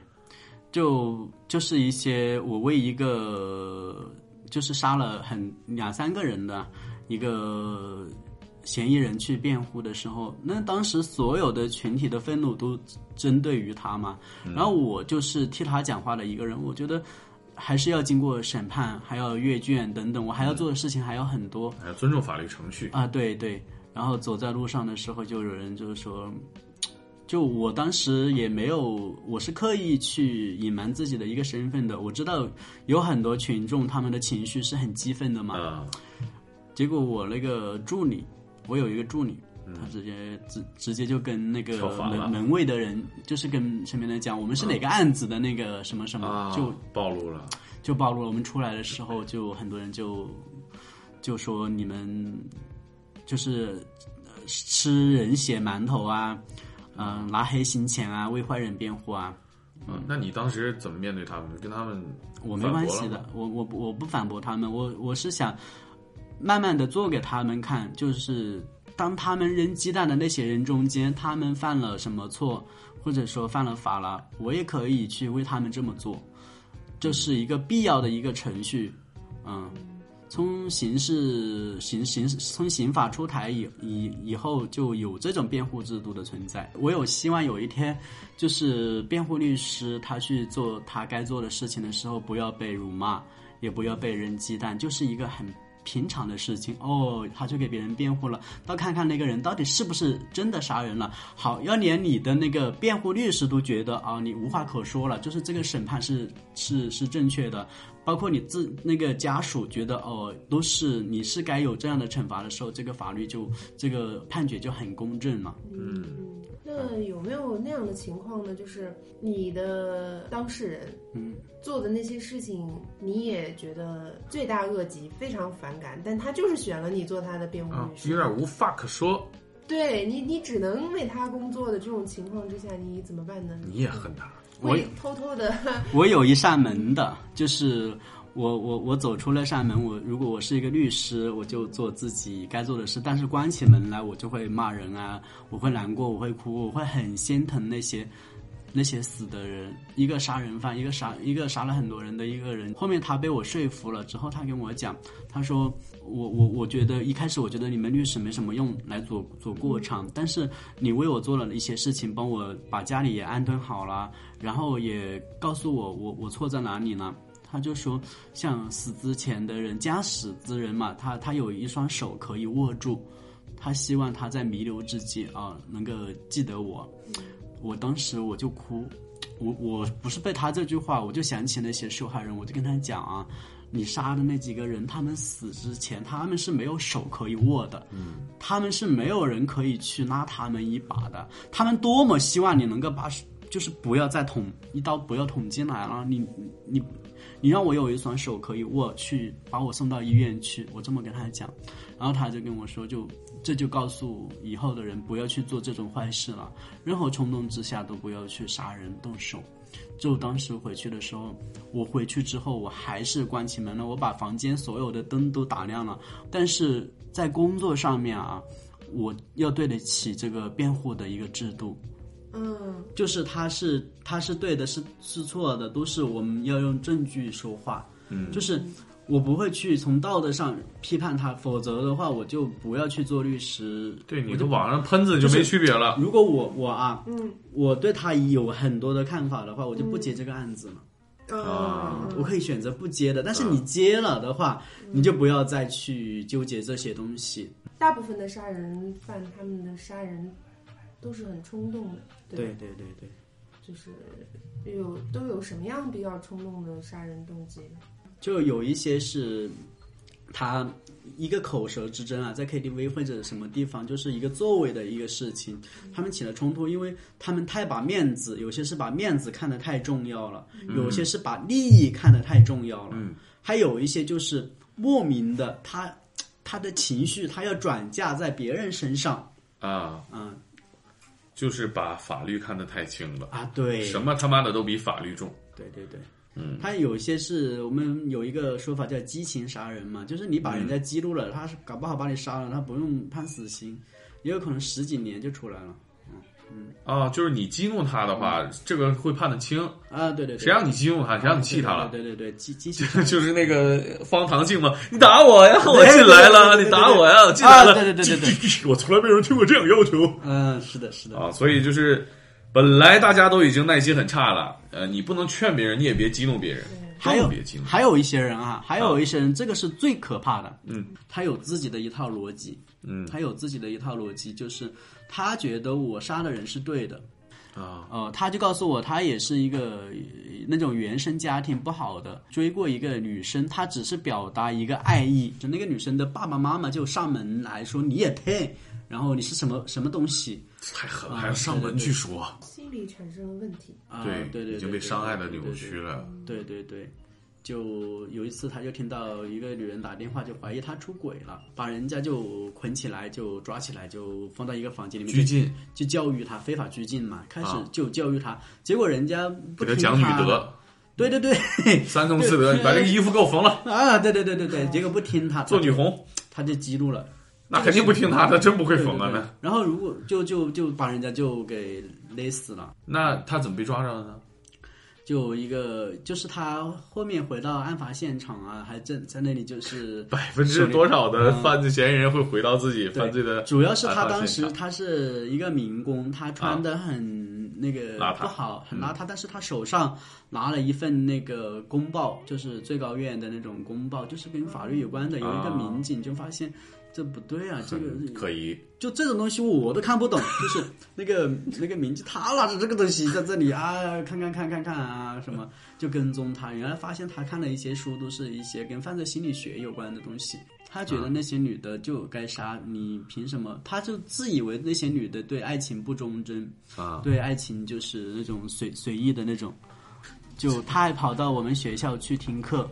就就是一些我为一个就是杀了很两三个人的一个嫌疑人去辩护的时候，那当时所有的群体的愤怒都针对于他嘛，然后我就是替他讲话的一个人，我觉得。还是要经过审判，还要阅卷等等，我还要做的事情还有很多。
还要尊重法律程序。
啊，对对。然后走在路上的时候，就有人就是说，就我当时也没有，我是刻意去隐瞒自己的一个身份的。我知道有很多群众他们的情绪是很激愤的嘛。
啊，
结果我那个助理，我有一个助理。他直接直直接就跟那个
跳反嗯了嗯
门门卫的人，就是跟身边的人讲，我们是哪个案子的那个什么什么，
啊，
就
暴露了。嗯
就暴露了。我们出来的时候，就很多人就就说你们就是呃吃人血馒头啊，嗯、拿黑心钱啊，为坏人辩护啊。
嗯，那你当时怎么面对他们？跟他们
我没
反驳
关
了
系的
吗，
我我不我不反驳他们，我我是想慢慢的做给他们看，就是当他们扔鸡蛋的那些人中间，他们犯了什么错，或者说犯了法了，我也可以去为他们这么做，这是一个必要的一个程序，嗯。从刑事刑刑从刑法出台以以以后就有这种辩护制度的存在。我有希望有一天，就是辩护律师他去做他该做的事情的时候，不要被辱骂，也不要被扔鸡蛋，就是一个很平常的事情。哦，他去给别人辩护了，到看看那个人到底是不是真的杀人了。好，要连你的那个辩护律师都觉得啊、你无话可说了，就是这个审判是是是正确的。包括你自那个家属觉得哦，都是你是该有这样的惩罚的时候，这个法律就这个判决就很公正嘛。
嗯，那有没有那样的情况呢？就是你的当事人，
嗯，
做的那些事情，你也觉得罪大恶极，非常反感，但他就是选了你做他的辩护
啊
律，师，
有点无话可说，
对你，你只能为他工作的这种情况之下，你怎么办
嗯
呢？
你也恨他。
我
会偷偷的，
我有一扇门的，就是我我我走出那扇门，我如果我是一个律师，我就做自己该做的事，但是关起门来，我就会骂人啊，我会难过，我会哭，我会很心疼那些。那些死的人，一个杀人犯，一个杀一个杀了很多人的一个人，后面他被我说服了之后，他跟我讲，他说我我我觉得一开始我觉得你们律师没什么用来走走过场，但是你为我做了一些事情，帮我把家里也安顿好了，然后也告诉我我我错在哪里呢？他就说，像死之前的人，将死之人嘛，他他有一双手可以握住，他希望他在弥留之际啊、能够记得我。我当时我就哭，我我不是被他这句话，我就想起那些受害人，我就跟他讲啊，你杀的那几个人，他们死之前，他们是没有手可以握的，嗯，他们是没有人可以去拉他们一把的，他们多么希望你能够把，就是不要再捅一刀，不要捅进来了，你你你让我有一双手可以握，去把我送到医院去，我这么跟他讲，然后他就跟我说就。这就告诉以后的人不要去做这种坏事了，任何冲动之下都不要去杀人动手。就当时回去的时候，我回去之后我还是关起门了，我把房间所有的灯都打亮了。但是在工作上面啊，我要对得起这个辩护的一个制度，
嗯，
就是他是他是对的，是是错的，都是我们要用证据说话。嗯，就是我不会去从道德上批判他，否则的话我就不要去做律师。
对你
我就
跟网上喷子就没区别了。
如果我我啊，
嗯，
我对他有很多的看法的话，我就不接这个案子了。
嗯，
我可以选择不接的，但是你接了的话，你
嗯
就不要再去纠结这些东西。
大部分的杀人犯他们的杀人都是很冲动的，吧
对对对，
就是有都有什么样比较冲动的杀人动机呢？
就有一些是他一个口舌之争啊，在 KTV 或者什么地方，就是一个座位的一个事情，他们起了冲突，因为他们太把面子，有些是把面子看得太重要了，有些是把利益看得太重要了，还有一些就是莫名的他他的情绪他要转嫁在别人身上，
啊，
嗯
就是把法律看得太轻了，
啊，对，
什么他妈的都比法律重。
对对对，嗯，他有些是我们有一个说法叫激情杀人嘛，就是你把人家激怒了，他是搞不好把你杀了，他不用判死刑，也有可能十几年就出来了。
啊，就是你激怒他的话，这个会判得轻。
啊，对对对，
谁让你激怒他，谁让你气他了？
对对对，激激情
就是那个方唐镜嘛，你打我呀，我进来了，
对对对对对
你打我呀，我进来了。
啊对对对对对
对，我从来没有人听过这样要求
嗯，是的，是的，
啊。所以就是，本来大家都已经耐心很差了，呃，你不能劝别人，你也别激怒别人，
还有
更别激怒。
还有一些人啊，还有一些人，这个是最可怕的。
嗯，
他有自己的一套逻辑，
嗯
他有自己的一套逻辑，就是他觉得我杀的人是对的，
啊，
呃，他就告诉我，他也是一个呃那种原生家庭不好的，追过一个女生，他只是表达一个爱意，就那个女生的爸爸妈妈就上门来说你也配，然后你是什么什么东西
太狠了，
啊
还要上门去说，
心理产生问题，
啊、对
对，
对，
已经被伤害的扭曲
了。
了。
对对对，就有一次他就听到一个女人打电话，就怀疑他出轨了，把人家就捆起来，就抓起来，就放到一个房间里面
拘禁，
就教育他非法拘禁嘛，开始
啊
就教育他，结果人家不
给他
听
讲
他
女
的
德，
对对对
三从四德，你把这个衣服给我缝了，
啊，对对对对对，结果不听他，
做女红。
他就激怒了，
那肯定不听他的，真不会
对
缝啊！
对对
那
然后如果就就就把人家就给勒死了，
那他怎么被抓着的呢？
就一个就是他后面回到案发现场啊，还在在那里就是
百分之多少的犯罪嫌疑人会回到自己
对
犯罪的？
主要是
呃
他
案发
当
现
时
场啊
他是一个民工，他穿的很那个
邋遢嗯
不好，很邋遢，但是他手上拿了一份那个公报，就是最高院的那种公报，就是跟法律有关的。有一个
啊
民警就发现这不对啊，这个
很可疑，
就这种东西我都看不懂，就是 那个那个民警他拿着这个东西在这里啊，看看看看看啊什么，就跟踪他。原来发现他看了一些书，都是一些跟犯罪心理学有关的东西。他觉得那些女的就该杀，你凭什么？他就自以为那些女的对爱情不忠贞，
啊，
对爱情就是那种随随意的那种。就他还跑到我们学校去听课，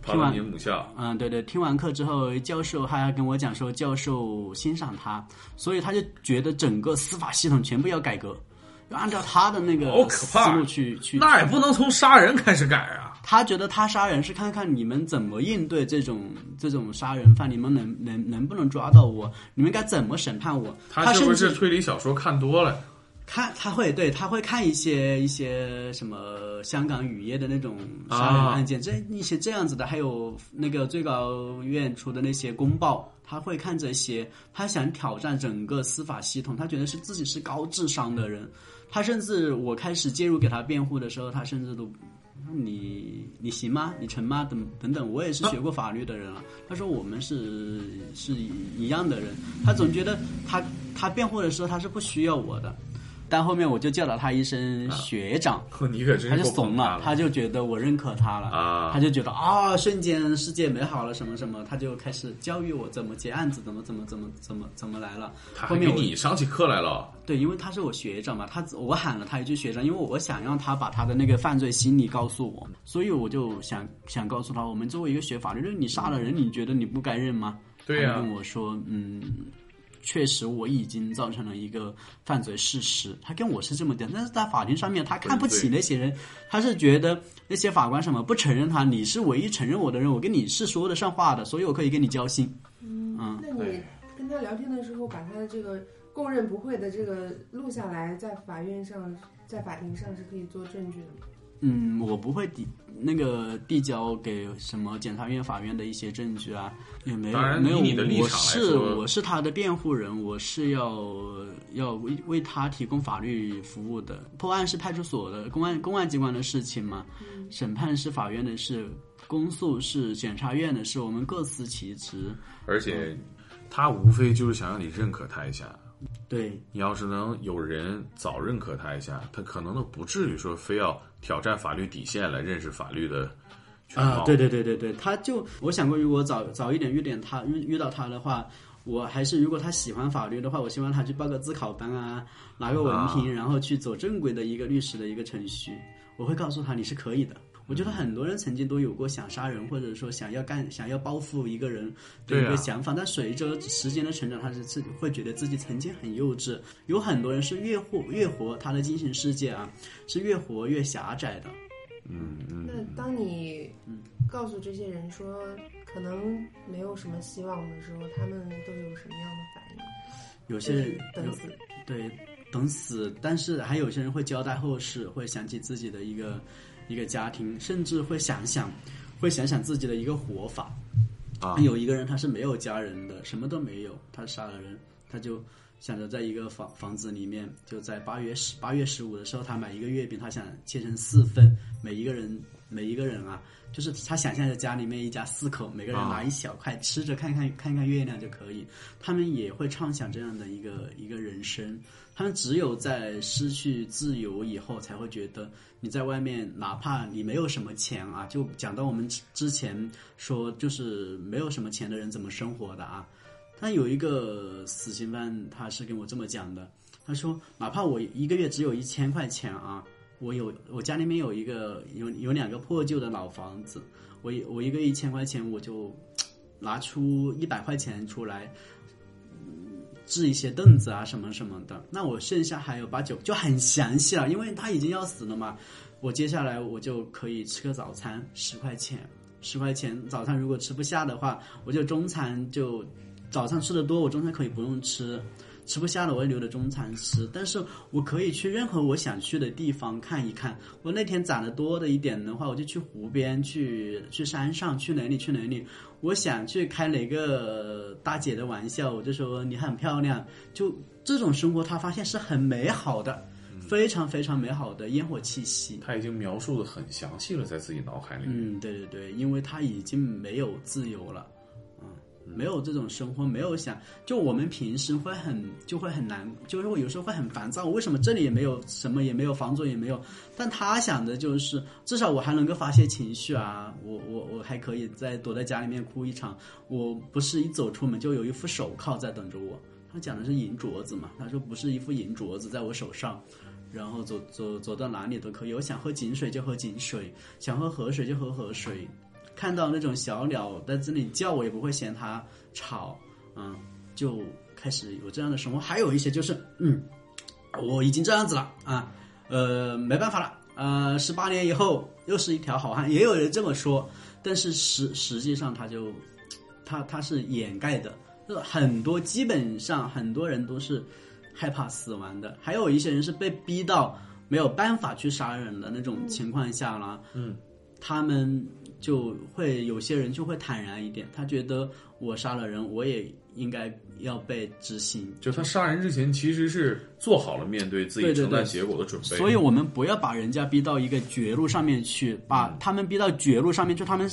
跑到你母校，
嗯，对对，听完课之后，教授还跟我讲说，教授欣赏他，所以他就觉得整个司法系统全部要改革，要按照他的那
好
个
可
思
怕
路去去。
那也不能从杀人开始改啊！
他觉得他杀人是看看你们怎么应对这种这种杀人犯，你们能能能不能抓到我，你们该怎么审判我。他
是不是
甚至
推理小说看多了？
看他会对他会看一些一些什么香港雨夜的那种杀人
啊
案件，这一些这样子的，还有那个最高院出的那些公报，他会看这些，他想挑战整个司法系统，他觉得是自己是高智商的人，他甚至我开始介入给他辩护的时候，他甚至都。你你行吗？你成吗？等等等，我也是学过法律的人了。他说我们是是一样的人，他总觉得他他辩护的时候他是不需要我的，但后面我就叫了他一声学长，
你可真
他
是
就
够
怂
捧他
了，他就觉得我认可他了，
啊
他就觉得啊，瞬间世界美好了什么什么，他就开始教育我怎么结案子，怎么怎么怎么怎么怎么来了。
他
后
还
面
给
我
你上起课来了，
对，因为他是我学长嘛，他我喊了他一句学长，因为我想让他把他的那个犯罪心理告诉我，所以我就想想告诉他，我们作为一个学法律的，你杀了人，你觉得你不该认吗？
对呀
他就跟我说，嗯，确实我已经造成了一个犯罪事实。他跟我是这么讲，但是在法庭上面，他看不起
对
那些人，他是觉得那些法官什么不承认他，你是唯一承认我的人，我跟你是说得上话的，所以我可以跟你交心。嗯
那你跟他聊天的时候，把他的这个供认不讳的这个录下来，在法院上，在法庭上是可以做证据的吗？
嗯，我不会递那个递交给什么检察院、法院的一些证据啊，也没有
当然
没有。
以你的立
我
场来
是
说
我是他的辩护人，我是要要为为他提供法律服务的。破案是派出所的公安公安机关的事情嘛，审判是法院的事，公诉是检察院的事，我们各司其职。
而且
嗯
他无非就是想让你认可他一下。
对，
你要是能有人早认可他一下，他可能都不至于说非要挑战法律底线来认识法律的全貌。
啊，对对对对对，他就我想过，如果早早一点遇点他遇遇到他的话，我还是如果他喜欢法律的话，我希望他去报个自考班啊，拿个文凭，然后去走正规的一个律师的一个程序。我会告诉他你是可以的。我
嗯
觉得很多人曾经都有过想杀人，或者说想要干、想要报复一个人的
对
一
啊
个想法，但随着时间的成长，他是自己会觉得自己曾经很幼稚。有很多人是越活越活，他的精神世界啊是越活越狭窄的。
嗯嗯，
那当你告诉这些人说可能没有什么希望的时候，他们都有什么样的反应？
有
就
些人
是等
有
死。
对，等死。但是还有些人会交代后事，会想起自己的一个一个家庭，甚至会想想，会想想自己的一个活法。
啊，
有一个人他是没有家人的，什么都没有，他杀了人，他就想着在一个房房子里面，就在八月十八月十五的时候，他买一个月饼，他想切成四份，每一个人每一个人啊，就是他想象着家里面一家四口，每个人
啊
拿一小块吃着，看看看看月亮就可以。他们也会畅想这样的一个一个人生，他们只有在失去自由以后，才会觉得你在外面，哪怕你没有什么钱啊，就讲到我们之之前说，就是没有什么钱的人怎么生活的啊。但有一个死刑犯，他是跟我这么讲的，他说，哪怕我一个月只有一千块钱啊，我有我家里面有一个有有两个破旧的老房子，我一我一个月一千块钱，我就拿出一百块钱出来，置一些凳子啊什么什么的。那我剩下还有八九，就很详细了，因为他已经要死了嘛。我接下来我就可以吃个早餐，十块钱，十块钱早餐如果吃不下的话，我就中餐就早上吃的多，我中餐可以不用吃。吃不下的，我也留着中餐吃。但是我可以去任何我想去的地方看一看。我那天攒的多的一点的话，我就去湖边、去去山上、去哪里去哪里。我想去开哪个大姐的玩笑，我就说你很漂亮。就这种生活，他发现是很美好的，非常非常美好的烟火气息。
他已经描述的很详细了，在自己脑海里面。
嗯，对对对，因为他已经没有自由了，嗯，没有这种生活，没有想，就我们平时会很就会很难，就是会有时候会很烦躁，为什么这里也没有什么也没有，房租也没有，但他想的就是至少我还能够发泄情绪啊，我我我还可以再躲在家里面哭一场，我不是一走出门就有一副手铐在等着我。他讲的是银镯子嘛，他说不是一副银镯子在我手上，然后走走走到哪里都可以。我想喝井水就喝井水，想喝河水就喝河水。看到那种小鸟在这里叫，我也不会嫌它吵，嗯，就开始有这样的生活。还有一些就是，嗯，我已经这样子了啊，呃，没办法了，呃，十八年以后又是一条好汉，也有人这么说，但是实实际上他就，他他是掩盖的，就是很多基本上很多人都是害怕死亡的，还有一些人是被逼到没有办法去杀人的那种情况下啦，
嗯，
他们就会有些人就会坦然一点，他觉得我杀了人，我也应该要被执行，
就他杀人之前，其实是做好了面对自己
对对
承担
对
结果的准备。
所以我们不要把人家逼到一个绝路上面去，把他们逼到绝路上面，就他们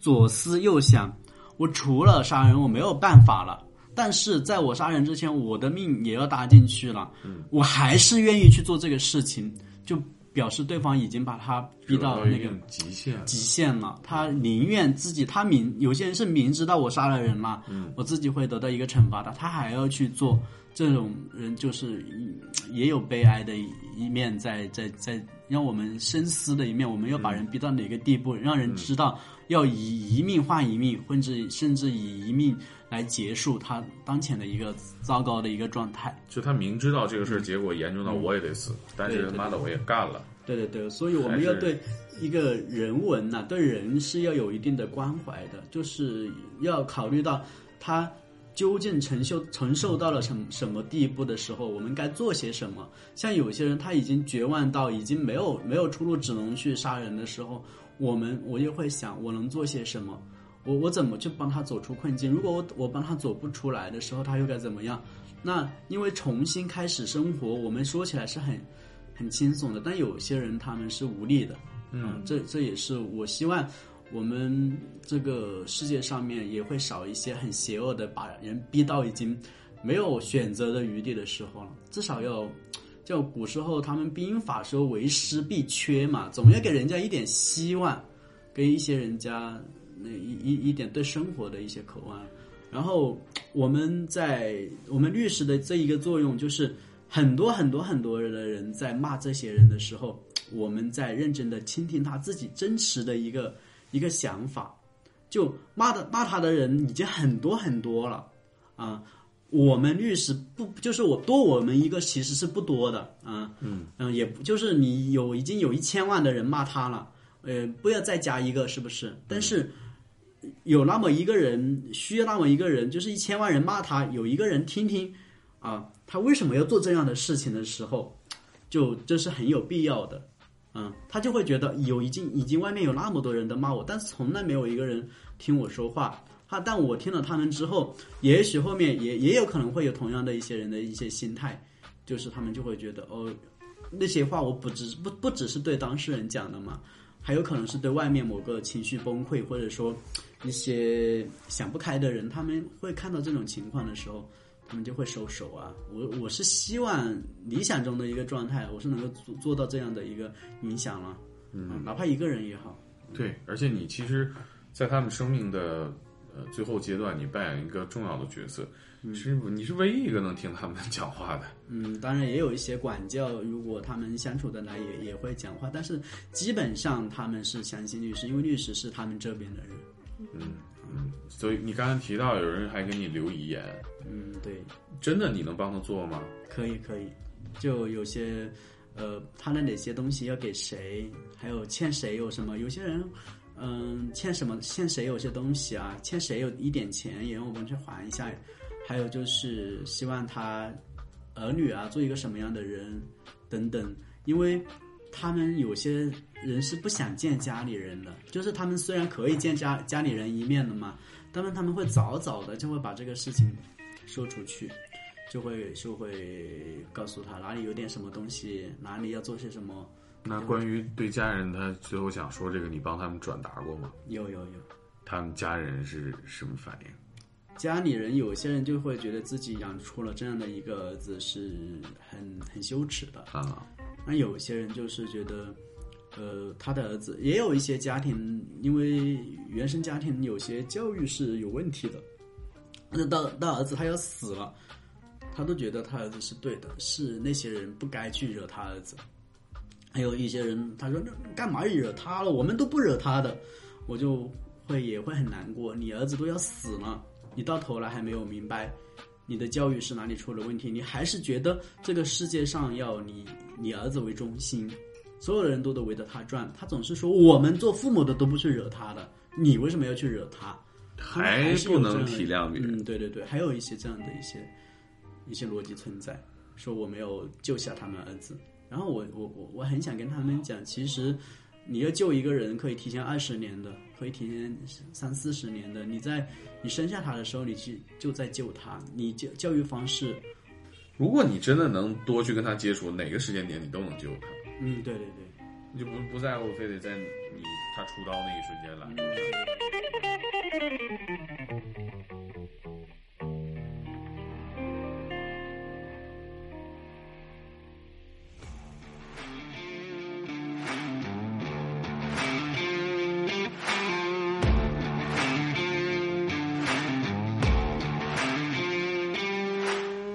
左思右想，我除了杀人我没有办法了，但是在我杀人之前，我的命也要搭进去了，我还是愿意去做这个事情，就表示对方已经把他逼到那
一
个
定极限了，
极限了，他宁愿自己，他明有些人是明知道我杀了人了，我自己会得到一个惩罚的，他还要去做，这种人就是嗯也有悲哀的一一面在在在，让我们深思的一面，我们要把人逼到哪个地步，让人知道要以一命换一命，甚至甚至以一命来结束他当前的一个糟糕的一个状态。
就他明知道这个事儿，结果严重到我也得死，但是
嗯对对
妈的我也干了，
对对对，所以我
还
们
是
要对一个人文呐、对人是要有一定的关怀的，就是要考虑到他究竟承受承受到了什么什么地步的时候，我们该做些什么。像有些人他已经绝望到已经没有没有出路，只能去杀人的时候，我们我就会想，我能做些什么？我我怎么去帮他走出困境？如果我我帮他走不出来的时候，他又该怎么样？那因为重新开始生活，我们说起来是很很轻松的，但有些人他们是无力的。嗯，这这也是我希望我们这个世界上面也会少一些很邪恶的，把人逼到已经没有选择的余地的时候了。至少要，就古时候他们兵法说为师必缺嘛，总要给人家一点希望，给一些人家那一一一点对生活的一些渴望。然后我们在我们律师的这一个作用就是，很多很多很多的人在骂这些人的时候，我们在认真的倾听他自己真实的一个一个想法。就骂的骂他的人已经很多很多了啊，我们律师不就是我多我们一个其实是不多的啊，嗯嗯，也不就是你有已经有一千万的人骂他了，呃，不要再加一个是不是？但是。有那么一个人，需要那么一个人，就是一千万人骂他，有一个人听听，啊，他为什么要做这样的事情的时候，就这是很有必要的，嗯，他就会觉得有已经已经外面有那么多人的骂我，但是从来没有一个人听我说话，他但我听了他们之后，也许后面也也有可能会有同样的一些人的一些心态，就是他们就会觉得哦，那些话我不只不不只是对当事人讲的嘛，还有可能是对外面某个情绪崩溃或者说。一些想不开的人，他们会看到这种情况的时候，他们就会收手啊。我我是希望理想中的一个状态，我是能够做做到这样的一个影响了，嗯，哪怕一个人也好，
对，而且你其实，在他们生命的呃最后阶段，你扮演一个重要的角色，是你是唯一一个能听他们 讲话的，
嗯，当然也有一些管教，如果他们相处的来也也会讲话，但是基本上他们是相信律师，因为律师是他们这边的人，
所以你刚才提到有人还给你留遗言，
嗯，对。
真的你能帮他做吗？
可以可以，就有些，呃，他的哪些东西要给谁，还有欠谁有什么？有些人，嗯、欠什么欠谁有些东西啊，欠谁有一点钱也让我们去还一下。还有就是希望他儿女啊做一个什么样的人等等，因为他们有些人是不想见家里人的，就是他们虽然可以见家家里人一面的嘛，但是他们会早早的就会把这个事情说出去。就会就会告诉他哪里有点什么东西，哪里要做些什么。
那关于对家人，他最后想说这个，你帮他们转达过吗？
有有有，
他们家人是什么反应？
家里人有些人就会觉得自己养出了这样的一个儿子是很很羞耻的，
啊，
那有些人就是觉得，呃，他的儿子也有一些家庭，因为原生家庭有些教育是有问题的，那到到儿子他要死了，他都觉得他儿子是对的，是那些人不该去惹他儿子。还有一些人他说那干嘛惹他了，我们都不惹他的，我就会也会很难过。你儿子都要死了，你到头来还没有明白。你的教育是哪里出了问题？你还是觉得这个世界上要你你儿子为中心，所有的人都得围着他转。他总是说我们做父母的都不去惹他的，你为什么要去惹他？他们还是有
不能
这样的
体谅别人。
嗯，对对对，还有一些这样的一些一些逻辑存在，说我没有救下他们儿子。然后我我我我很想跟他们讲，其实你要救一个人，可以提前二十年的，可以提前三四十年的。你在你生下他的时候，你去就在救他，你教教育方式，
如果你真的能多去跟他接触，哪个时间点你都能救他，
嗯，对对对，
你就不不在乎非得在你他出刀那一瞬间来。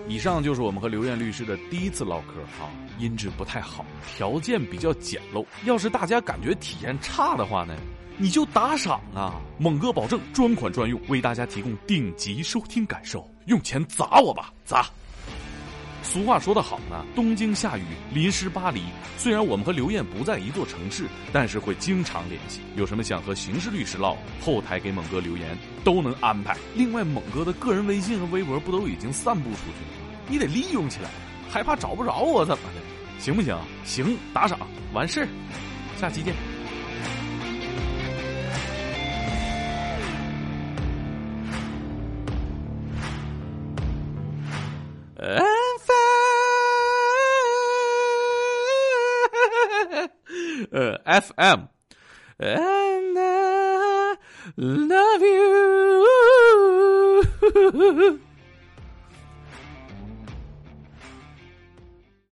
以上就是我们和刘艳律师的第一次唠嗑啊，音质不太好，条件比较简陋。要是大家感觉体验差的话呢，你就打赏啊！猛哥保证专款专用，为大家提供顶级收听感受。用钱砸我吧，砸！俗话说得好呢，东京下雨淋湿巴黎。虽然我们和刘艳不在一座城市，但是会经常联系。有什么想和刑事律师唠，后台给猛哥留言都能安排。另外，猛哥的个人微信和微博不都已经散布出去了？你得利用起来，害怕找不着我怎么的？行不行？行，打赏完事儿，下期见。
And fa- uh, FM. And I love you.